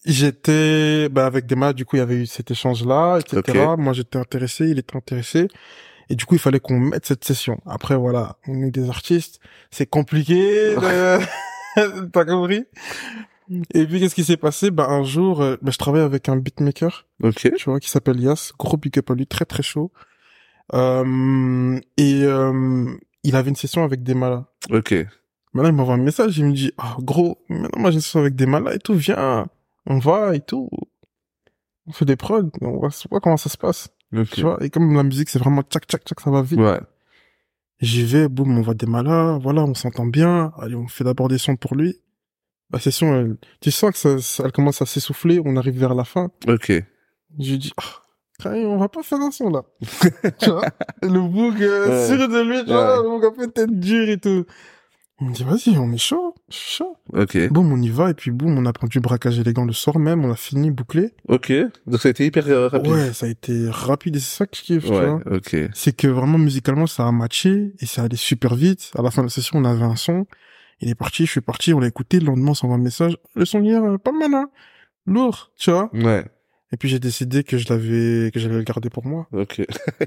C: J'étais bah, avec Dema, du coup il y avait eu cet échange là, etc.
B: Ok.
C: Moi j'étais intéressé, il était intéressé, et du coup il fallait qu'on mette cette session. Après voilà, on est des artistes, c'est compliqué, de... t'as compris. Et puis qu'est-ce qui s'est passé Bah un jour, euh, bah, je travaille avec un beatmaker
B: Ok.
C: tu vois, qui s'appelle Yas. Gros big up à lui, très très chaud. Euh, et euh, il avait une session avec des malas.
B: Ok.
C: Maintenant, il m'envoie un message, il me dit, ah gros, maintenant moi j'ai une session avec des malas et tout, viens, on va et tout. On fait des prods, on va se voir comment ça se passe.
B: Ok.
C: Tu vois, et comme la musique c'est vraiment tchac tchac tchac, ça va vite.
B: Ouais.
C: J'y vais, boum, on va des malas, voilà, on s'entend bien. Allez, on fait d'abord des sons pour lui. La session, elle- tu sens que ça, ça- elle commence à s'essouffler, on arrive vers la fin.
B: Ok.
C: J'ai dit, Ah, frère, on va pas faire un son là. tu vois, le bouc euh,
B: Ouais.
C: sûr de lui, tu
B: Ouais.
C: vois, le bouc un peu tête dure et tout. On me dit, vas-y, on est chaud, je suis chaud.
B: Ok.
C: Boum, on y va, et puis boum, on a pendu braquage élégant le soir même, on a fini, bouclé.
B: Ok. Donc ça a été hyper euh, rapide.
C: Ouais, ça a été rapide, et c'est ça que je kiffe, tu
B: Ouais,
C: vois.
B: ok.
C: C'est que vraiment, musicalement, ça a matché, et ça allait super vite. À la fin de la session, on avait un son. Il est parti, je suis parti, on l'a écouté, le lendemain, on s'envoie un message. Le son hier, euh, pas mal, hein. Lourd, tu vois.
B: Ouais,
C: Et puis j'ai décidé que je l'avais, que j'allais le garder pour moi.
B: ok.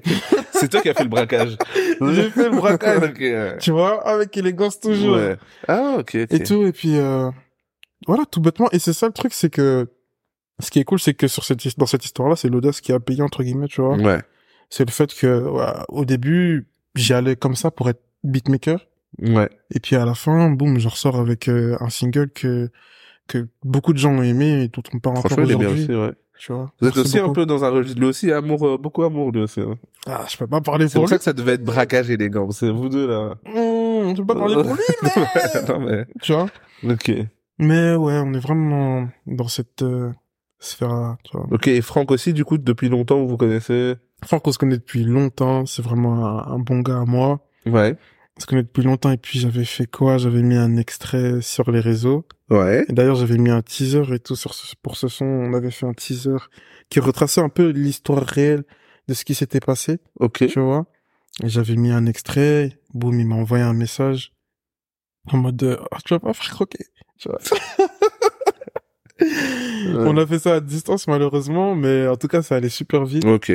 B: c'est toi qui as fait le braquage.
C: J'ai fait le braquage.
B: ok. ouais.
C: tu vois, avec élégance toujours.
B: Ouais. Ah, ok, ok.
C: Et tout, et puis euh, voilà, tout bêtement. Et c'est ça le truc, c'est que ce qui est cool, c'est que sur cette, his- dans cette histoire-là, c'est l'audace qui a payé entre guillemets, tu vois.
B: Ouais,
C: C'est le fait que ouais, au début, j'y allais comme ça pour être beatmaker,
B: ouais,
C: et puis à la fin, boum, je ressors avec euh, un single que que beaucoup de gens ont aimé et dont on parle encore
B: franchement, il est bien
C: aujourd'hui,
B: aussi, ouais.
C: tu vois.
B: Vous êtes
C: Merci
B: aussi un
C: beaucoup.
B: peu dans un registre, lui aussi, amour, euh, beaucoup amour, lui aussi. hein.
C: Ah, je peux pas parler
B: C'est
C: pour
B: pour
C: lui.
B: ça que ça devait être braquage élégant, c'est vous deux, là.
C: Mmh, je peux pas parler pour lui, mais
B: non, mais,
C: tu vois.
B: ok.
C: Mais ouais, on est vraiment dans cette euh, sphère-là, tu vois.
B: Ok, et Franck aussi, du coup, depuis longtemps, vous vous connaissez?
C: Franck, on se connaît depuis longtemps, c'est vraiment un, un bon gars à moi.
B: Ouais.
C: se connaît depuis longtemps et puis j'avais fait quoi J'avais mis un extrait sur les réseaux.
B: Ouais.
C: Et d'ailleurs, j'avais mis un teaser et tout sur ce- pour ce son. On avait fait un teaser qui retraçait un peu l'histoire réelle de ce qui s'était passé,
B: Ok.
C: tu vois. Et j'avais mis un extrait. Boum, il m'a envoyé un message en mode de, oh, tu vas pas faire croquer. Tu vois. On a fait ça à distance malheureusement, mais en tout cas, ça allait super vite.
B: Ok.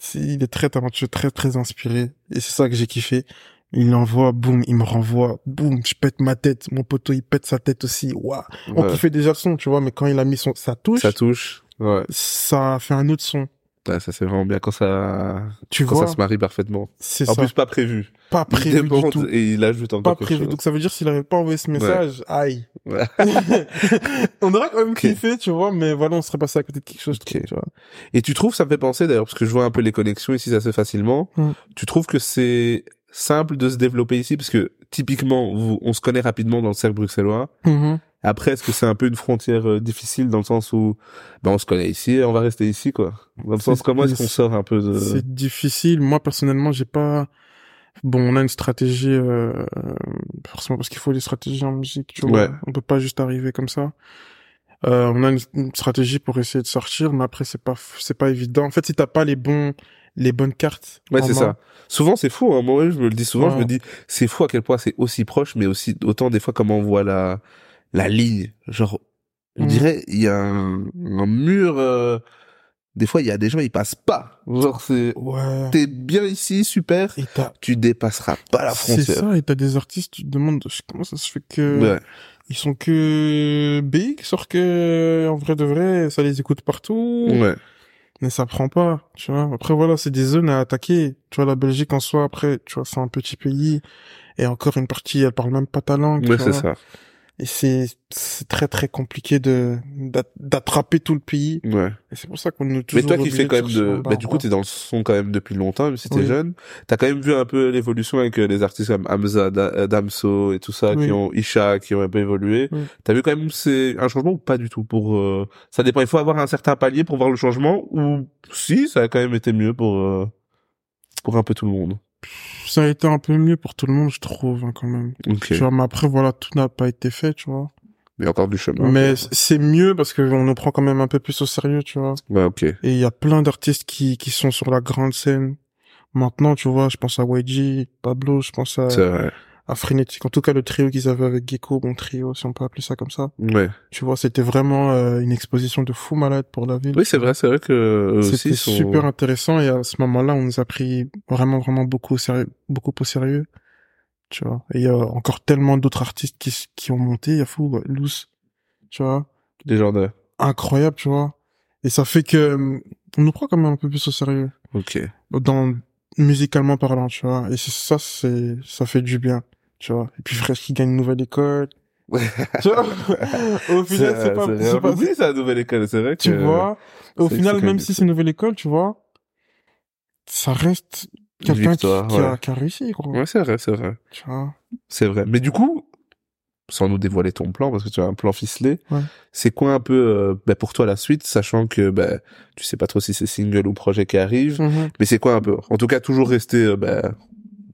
C: Si, Il est très talentueux, très très inspiré. Et c'est ça que j'ai kiffé. Il envoie, boum, il me renvoie, boum, je pète ma tête. Mon poteau, il pète sa tête aussi. Waouh. On
B: Ouais.
C: kiffait déjà le son, tu vois, mais quand il a mis son, sa touche,
B: Ça touche. Ouais.
C: ça a fait un autre son.
B: Ah, ça c'est vraiment bien quand ça
C: Tu
B: quand
C: vois,
B: ça se marie parfaitement.
C: c'est
B: En
C: ça.
B: plus pas prévu.
C: pas
B: Il
C: prévu du
B: demande
C: tout.
B: Et il ajoute encore
C: Pas
B: quelque
C: prévu.
B: chose.
C: Donc ça veut dire s'il avait pas envoyé ce message, aïe.
B: Ouais.
C: on aurait quand même
B: Ok.
C: kiffé, tu vois, mais voilà, on serait passé à côté de quelque chose. je
B: Ok.
C: trouve, tu vois.
B: Et tu trouves, ça me fait penser d'ailleurs, parce que je vois un peu les connexions ici assez facilement,
C: Mm.
B: tu trouves que c'est simple de se développer ici, parce que typiquement, vous- on se connaît rapidement dans le cercle bruxellois.
C: Mhm.
B: Après, est-ce que c'est un peu une frontière euh, difficile dans le sens où ben, on se connaît ici et on va rester ici, quoi Dans le sens,
C: C'est-
B: comment est-ce qu'on
C: c'est-
B: sort un peu de...
C: C'est difficile. Moi, personnellement, j'ai pas. Bon, on a une stratégie, euh, forcément, parce qu'il faut des stratégies en musique, tu vois.
B: Ouais.
C: On peut pas juste arriver comme ça. Euh, on a une, une stratégie pour essayer de sortir, mais après, c'est pas, f- c'est pas évident. En fait, si t'as pas les bons, les bonnes cartes.
B: Ouais,
C: en
B: c'est
C: main,
B: ça. Souvent, c'est fou. Hein. Moi, je me le dis souvent, je
C: Ouais.
B: me dis, c'est fou à quel point c'est aussi proche, mais aussi autant des fois comment on voit la, la ligne. Genre, on
C: Mm.
B: dirait, il y a un, un mur... euh, Des fois, il y a des gens, ils passent pas. Genre, c'est...
C: Ouais.
B: T'es bien ici, super.
C: Et t'as,
B: Tu dépasseras pas la
C: c'est
B: frontière.
C: ça, euh, et t'as des artistes, tu te demandes comment ça se fait que
B: Ouais.
C: ils sont que big, sauf que en vrai de vrai, ça les écoute partout.
B: Ouais.
C: mais ça prend pas, tu vois. Après, voilà, c'est des zones à attaquer. Tu vois, la Belgique en soi, après, tu vois, c'est un petit pays. Et encore une partie, elle parle même pas ta langue. tu
B: Ouais, c'est ça.
C: vois. Et c'est, c'est très, très compliqué de, d'a- d'attraper tout le pays.
B: Ouais.
C: Et c'est pour ça qu'on est
B: Mais
C: toujours.
B: toi qui
C: obligé
B: fais quand même
C: chercher
B: de,
C: un
B: bah, du coup,
C: barbare.
B: t'es dans le son quand même depuis longtemps, même si t'es
C: Oui.
B: jeune. T'as quand même vu un peu l'évolution avec euh, les artistes comme Hamza, Da- euh, Damso et tout ça,
C: Oui.
B: qui ont Isha, qui ont un peu évolué.
C: Oui.
B: T'as vu quand même c'est un changement ou pas du tout pour, euh, ça dépend. Il faut avoir un certain palier pour voir le changement ou si ça a quand même été mieux pour, euh, pour un peu tout le monde.
C: Ça a été un peu mieux pour tout le monde, je trouve, hein, quand même.
B: Ok.
C: Tu vois, mais après, voilà, tout n'a pas été fait, tu vois.
B: Mais encore du chemin.
C: Mais c- c'est mieux parce qu'on nous prend quand même un peu plus au sérieux, tu vois.
B: Ouais, ok.
C: Et il y a plein d'artistes qui, qui sont sur la grande scène. Maintenant, tu vois, je pense à YG, Pablo, je pense à,
B: C'est vrai.
C: à Frenetic. En tout cas, le trio qu'ils avaient avec Gecko, bon trio, si on peut appeler ça comme ça.
B: Ouais.
C: Tu vois, c'était vraiment euh, une exposition de fou malade pour la ville.
B: Oui, c'est vrai, c'est vrai que eux aussi
C: C'était
B: ils sont...
C: super intéressant et à ce moment-là, on nous a pris vraiment, vraiment beaucoup au sérieux, beaucoup au sérieux. Tu vois. Et il y a encore tellement d'autres artistes qui, s- qui ont monté. Il y a fou, ouais, Loose. Tu vois
B: légendaires.
C: incroyable, tu vois. Et ça fait que euh, on nous prend quand même un peu plus au sérieux,
B: Ok.
C: dans musicalement parlant, tu vois. Et c'est ça, c'est ça fait du bien, tu vois. Et puis Fresh qui gagne une nouvelle école, tu vois. au final, c'est pas, c'est pas-
B: oublié ça, la nouvelle école, c'est vrai que...
C: tu vois. Au
B: c'est-
C: final,
B: c'est quand
C: même
B: même
C: si c'est une nouvelle école, tu vois, ça reste quelqu'un qui,
B: victoire,
C: qui a,
B: ouais.
C: qui a réussi, quoi.
B: Ouais, c'est vrai, c'est vrai.
C: Tu vois.
B: C'est vrai. Mais du coup, sans nous dévoiler ton plan, parce que tu as un plan ficelé,
C: Ouais.
B: c'est quoi un peu euh, bah, pour toi la suite, sachant que bah, tu sais pas trop si c'est single ou projet qui arrive,
C: Mhm.
B: mais c'est quoi un peu En tout cas, toujours rester euh, bah,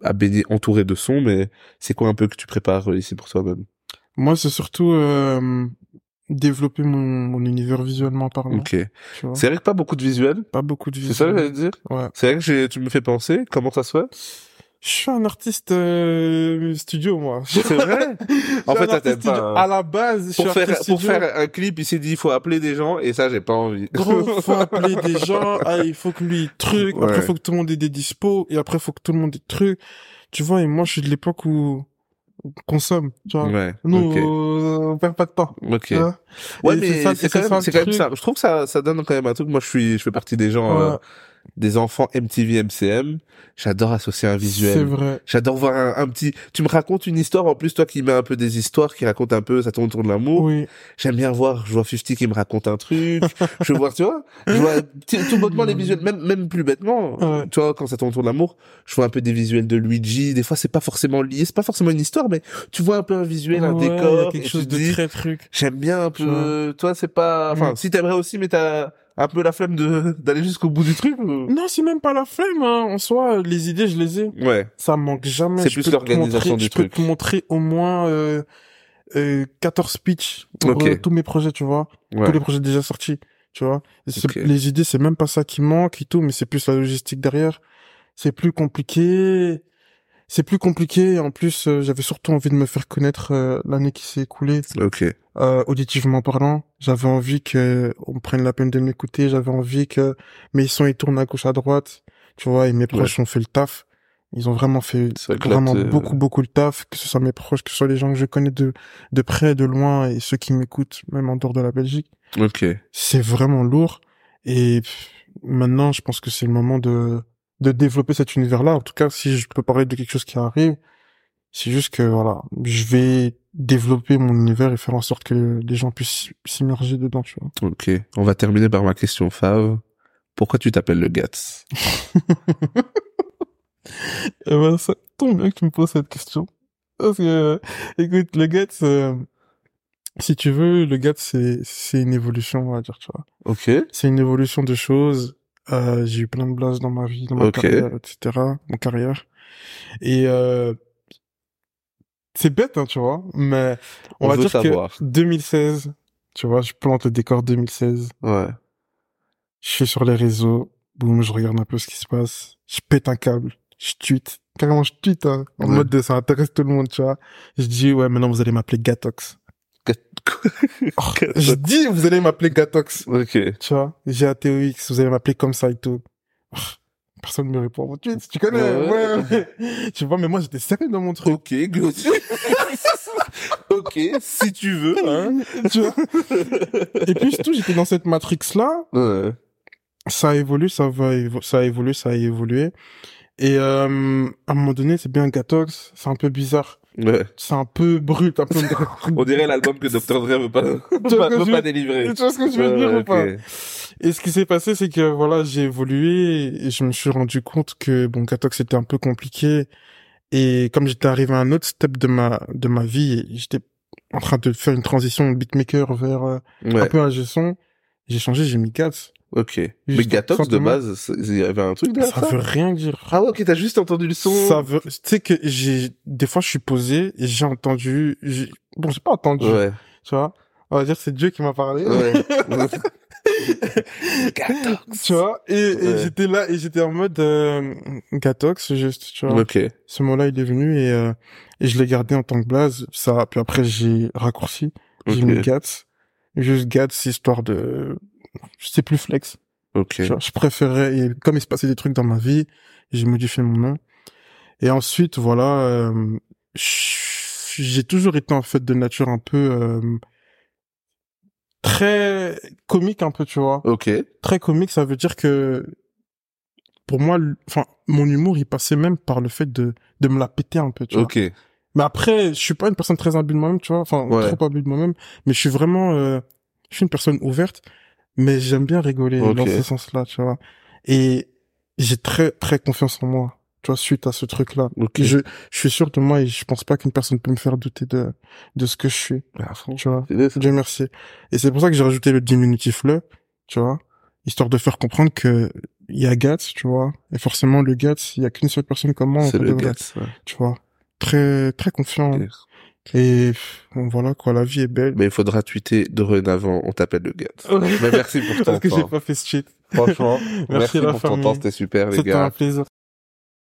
B: à baigner entouré de sons, mais c'est quoi un peu que tu prépares euh, ici pour toi-même
C: Moi, c'est surtout euh, développer mon, mon univers visuellement parlant.
B: Ok.
C: Tu vois.
B: C'est vrai que pas beaucoup de visuels,
C: Pas beaucoup de
B: c'est ça que
C: visuels.
B: j'allais dire
C: Ouais.
B: C'est vrai que j'ai- tu me fais penser, comment ça se fait
C: Je suis un artiste euh, studio, moi. Je suis
B: C'est vrai En
C: un
B: fait, ça
C: artiste
B: t'aime pas.
C: studio.
B: hein.
C: À la base, je suis
B: pour faire
C: artiste
B: pour
C: studio.
B: faire un clip, il s'est dit il faut appeler des gens et ça j'ai pas envie.
C: Gros, faut appeler des gens. Ah, il faut que lui truc. Après,
B: Ouais.
C: faut que tout le monde ait des dispos. Et après, faut que tout le monde ait truc. Tu vois, et moi, je suis de l'époque où on consomme. Tu vois.
B: ouais.
C: Nous,
B: ok.
C: euh, on perd pas de temps.
B: Ok.
C: Tu vois.
B: Ouais,
C: Et c'est
B: mais
C: ça-
B: c'est
C: c'est
B: quand
C: ça
B: même,
C: le
B: c'est quand même
C: truc.
B: ça. Je trouve que ça, ça donne quand même un truc. Moi, je suis, je fais partie des gens, euh,
C: Ouais,
B: des enfants MTV, MCM. J'adore associer un
C: C'est
B: visuel.
C: vrai.
B: J'adore voir un, un petit. Tu me racontes une histoire en plus, toi qui mets un peu des histoires, qui raconte un peu, ça tourne autour de l'amour.
C: Oui.
B: J'aime bien voir. Je vois 50 qui me raconte un truc. je vois, tu vois, je vois t- tout bêtement les visuels, même même plus bêtement.
C: Ouais.
B: Tu vois, quand ça tourne autour de l'amour, je vois un peu des visuels de Luigi. Des fois, c'est pas forcément lié, c'est pas forcément une histoire, mais tu vois un peu un visuel, un
C: Ouais, il y a
B: décor, et
C: quelque
B: tu
C: chose
B: te
C: de
B: dis,
C: très truc.
B: J'aime bien un hein.
C: Tu
B: peu. Toi, c'est pas. Enfin,
C: Mm.
B: si t'aimerais aussi, mais t'as un peu la flemme de d'aller jusqu'au bout du truc ou...
C: Non, c'est même pas la flemme. Hein. En soi, les idées, je les ai.
B: Ouais.
C: Ça me manque jamais.
B: C'est
C: Je
B: plus
C: peux te
B: l'organisation
C: montrer-
B: du
C: je peux
B: truc.
C: te montrer au moins euh, euh, 14 pitchs pour
B: Ok.
C: euh, tous mes projets, tu vois.
B: Ouais.
C: Tous les projets déjà sortis, tu vois. Et c'est-
B: Ok.
C: Les idées, c'est même pas ça qui manque et tout, mais c'est plus la logistique derrière. C'est plus compliqué. C'est plus compliqué. Et En plus, euh, j'avais surtout envie de me faire connaître euh, l'année qui s'est écoulée,
B: Ok.
C: euh, auditivement parlant. J'avais envie que euh, on prenne la peine de m'écouter. J'avais envie que mes sons ils tournent à gauche à droite. Tu vois, et mes proches ont fait le taf. Ils ont vraiment fait
B: C'est vrai que là,
C: vraiment
B: t'es- euh,
C: beaucoup beaucoup le taf que ce soit mes proches que ce soit les gens que je connais de de près de loin et ceux qui m'écoutent même en dehors de la Belgique
B: Ok.
C: c'est vraiment lourd et pff, maintenant je pense que c'est le moment de de développer cet univers là en tout cas si je peux parler de quelque chose qui arrive c'est juste que voilà je vais développer mon univers et faire en sorte que les gens puissent s'immerger dedans tu vois
B: Ok. On va terminer par ma question fave. Pourquoi tu t'appelles le Gats
C: Eh ben, ça tombe bien que tu me poses cette question. Parce que, euh, écoute, le GATS, euh, si tu veux, le GATS, c'est, c'est une évolution, on va dire, tu vois.
B: Ok.
C: C'est une évolution de choses. Euh, j'ai eu plein de blases dans ma vie, dans ma
B: Ok.
C: carrière, etc., mon carrière. Et, euh, c'est bête, hein, tu vois, mais on,
B: On
C: va
B: veut
C: dire
B: savoir.
C: que 2016, tu vois, je plante le décor 2016
B: Ouais.
C: je suis sur les réseaux, boum, je regarde un peu ce qui se passe, je pète un câble, je tweete, carrément je tweete, hein, en
B: Ouais.
C: mode de ça intéresse tout le monde, tu vois. Je dis, ouais, maintenant vous allez m'appeler Gatox. Oh, je dis, vous allez m'appeler Gatox,
B: ok.
C: tu vois. GATOX, E vous allez m'appeler comme ça et tout. Oh, Personne ne me répond à mon tweet, tu connais,
B: Ouais, ouais.
C: ouais, ouais. Tu vois, mais moi j'étais sérieux dans mon truc.
B: Ok, Glossy. ok, si tu veux. Hein.
C: tu vois. Et puis surtout, j'étais dans cette matrix-là,
B: Ouais.
C: ça évolue, ça va, évo- ça a évolué, ça a évolué. Et euh, à un moment donné, c'est bien Gatox, c'est un peu bizarre,
B: Ouais.
C: c'est un peu brut, un peu.
B: On dirait l'album que Dr. Dre veut pas,
C: Tu vois
B: pas,
C: ce que
B: veut
C: je
B: pas
C: veux-
B: délivrer.
C: Tu vois ce que je veux dire
B: Ouais,
C: ou pas
B: ok.
C: Et ce qui s'est passé, c'est que voilà, j'ai évolué et je me suis rendu compte que bon, Gatox c'était un peu compliqué. Et comme j'étais arrivé à un autre step de ma de ma vie, j'étais en train de faire une transition beatmaker vers euh, un
B: Ouais,
C: peu un son. J'ai changé, j'ai mis Gats.
B: ok. Mais
C: Juste
B: Gatox, de
C: simplement.
B: base, c'est- il y avait un truc derrière
C: Ça
B: ça.
C: veut rien dire.
B: Ah ouais, ok, t'as juste entendu le son.
C: Ça veut, tu sais que j'ai, des fois je suis posé, et j'ai entendu, j'ai- bon, j'ai pas entendu,
B: Ouais,
C: tu vois. On va dire c'est Dieu qui m'a parlé.
B: ouais. Gatox.
C: Tu vois, et, et
B: Ouais.
C: j'étais là, et j'étais en mode, euh, Gatox, juste, tu vois.
B: Ok,
C: Ce mot-là, il est venu, et, euh, et je l'ai gardé en tant que blaze, ça, puis après, j'ai raccourci, j'ai mis
B: ok,
C: Gats, juste Gats, histoire de, c'est plus flex.
B: ok.
C: Tu vois, je préférais, et comme il se passait des trucs dans ma vie, j'ai modifié mon nom. Et ensuite, voilà, euh, je- j'ai toujours été en fait de nature un peu euh, très comique, un peu, tu vois.
B: Ok,
C: Très comique, ça veut dire que pour moi, l- enfin, mon humour, il passait même par le fait de de me la péter un peu, tu vois.
B: ok.
C: Mais après, je suis pas une personne très imbue de moi-même, tu vois. Enfin,
B: Ouais.
C: trop imbue de moi-même. Mais je suis vraiment, euh, je suis une personne ouverte. Mais j'aime bien rigoler
B: Ok.
C: dans ce sens-là, tu vois. Et j'ai très, très confiance en moi, tu vois, suite à ce truc-là.
B: Ok.
C: Je, je suis sûr de moi et je pense pas qu'une personne peut me faire douter de, de ce que je suis,
B: Ah, franchement,
C: tu vois.
B: c'est bien, ça.
C: Dieu merci. Et c'est pour ça que j'ai rajouté le diminutif le, tu vois, histoire de faire comprendre que il y a Gats, tu vois, et forcément le Gats, il y a qu'une seule personne comme moi, en
B: C'est
C: fait,
B: le
C: de vrai,
B: Gats. ouais.
C: tu vois. Très, très confiant. hein. Et pff, bon, voilà quoi, la vie est belle.
B: Mais il faudra tweeter dorénavant, on t'appelle le Gats.
C: Ouais.
B: Mais merci pour ton
C: Parce que j'ai
B: temps.
C: pas fait ce shit.
B: Franchement,
C: Merci
B: merci
C: la
B: pour ton
C: famille.
B: temps, c'était super les
C: C'était un
B: gars.
C: plaisir.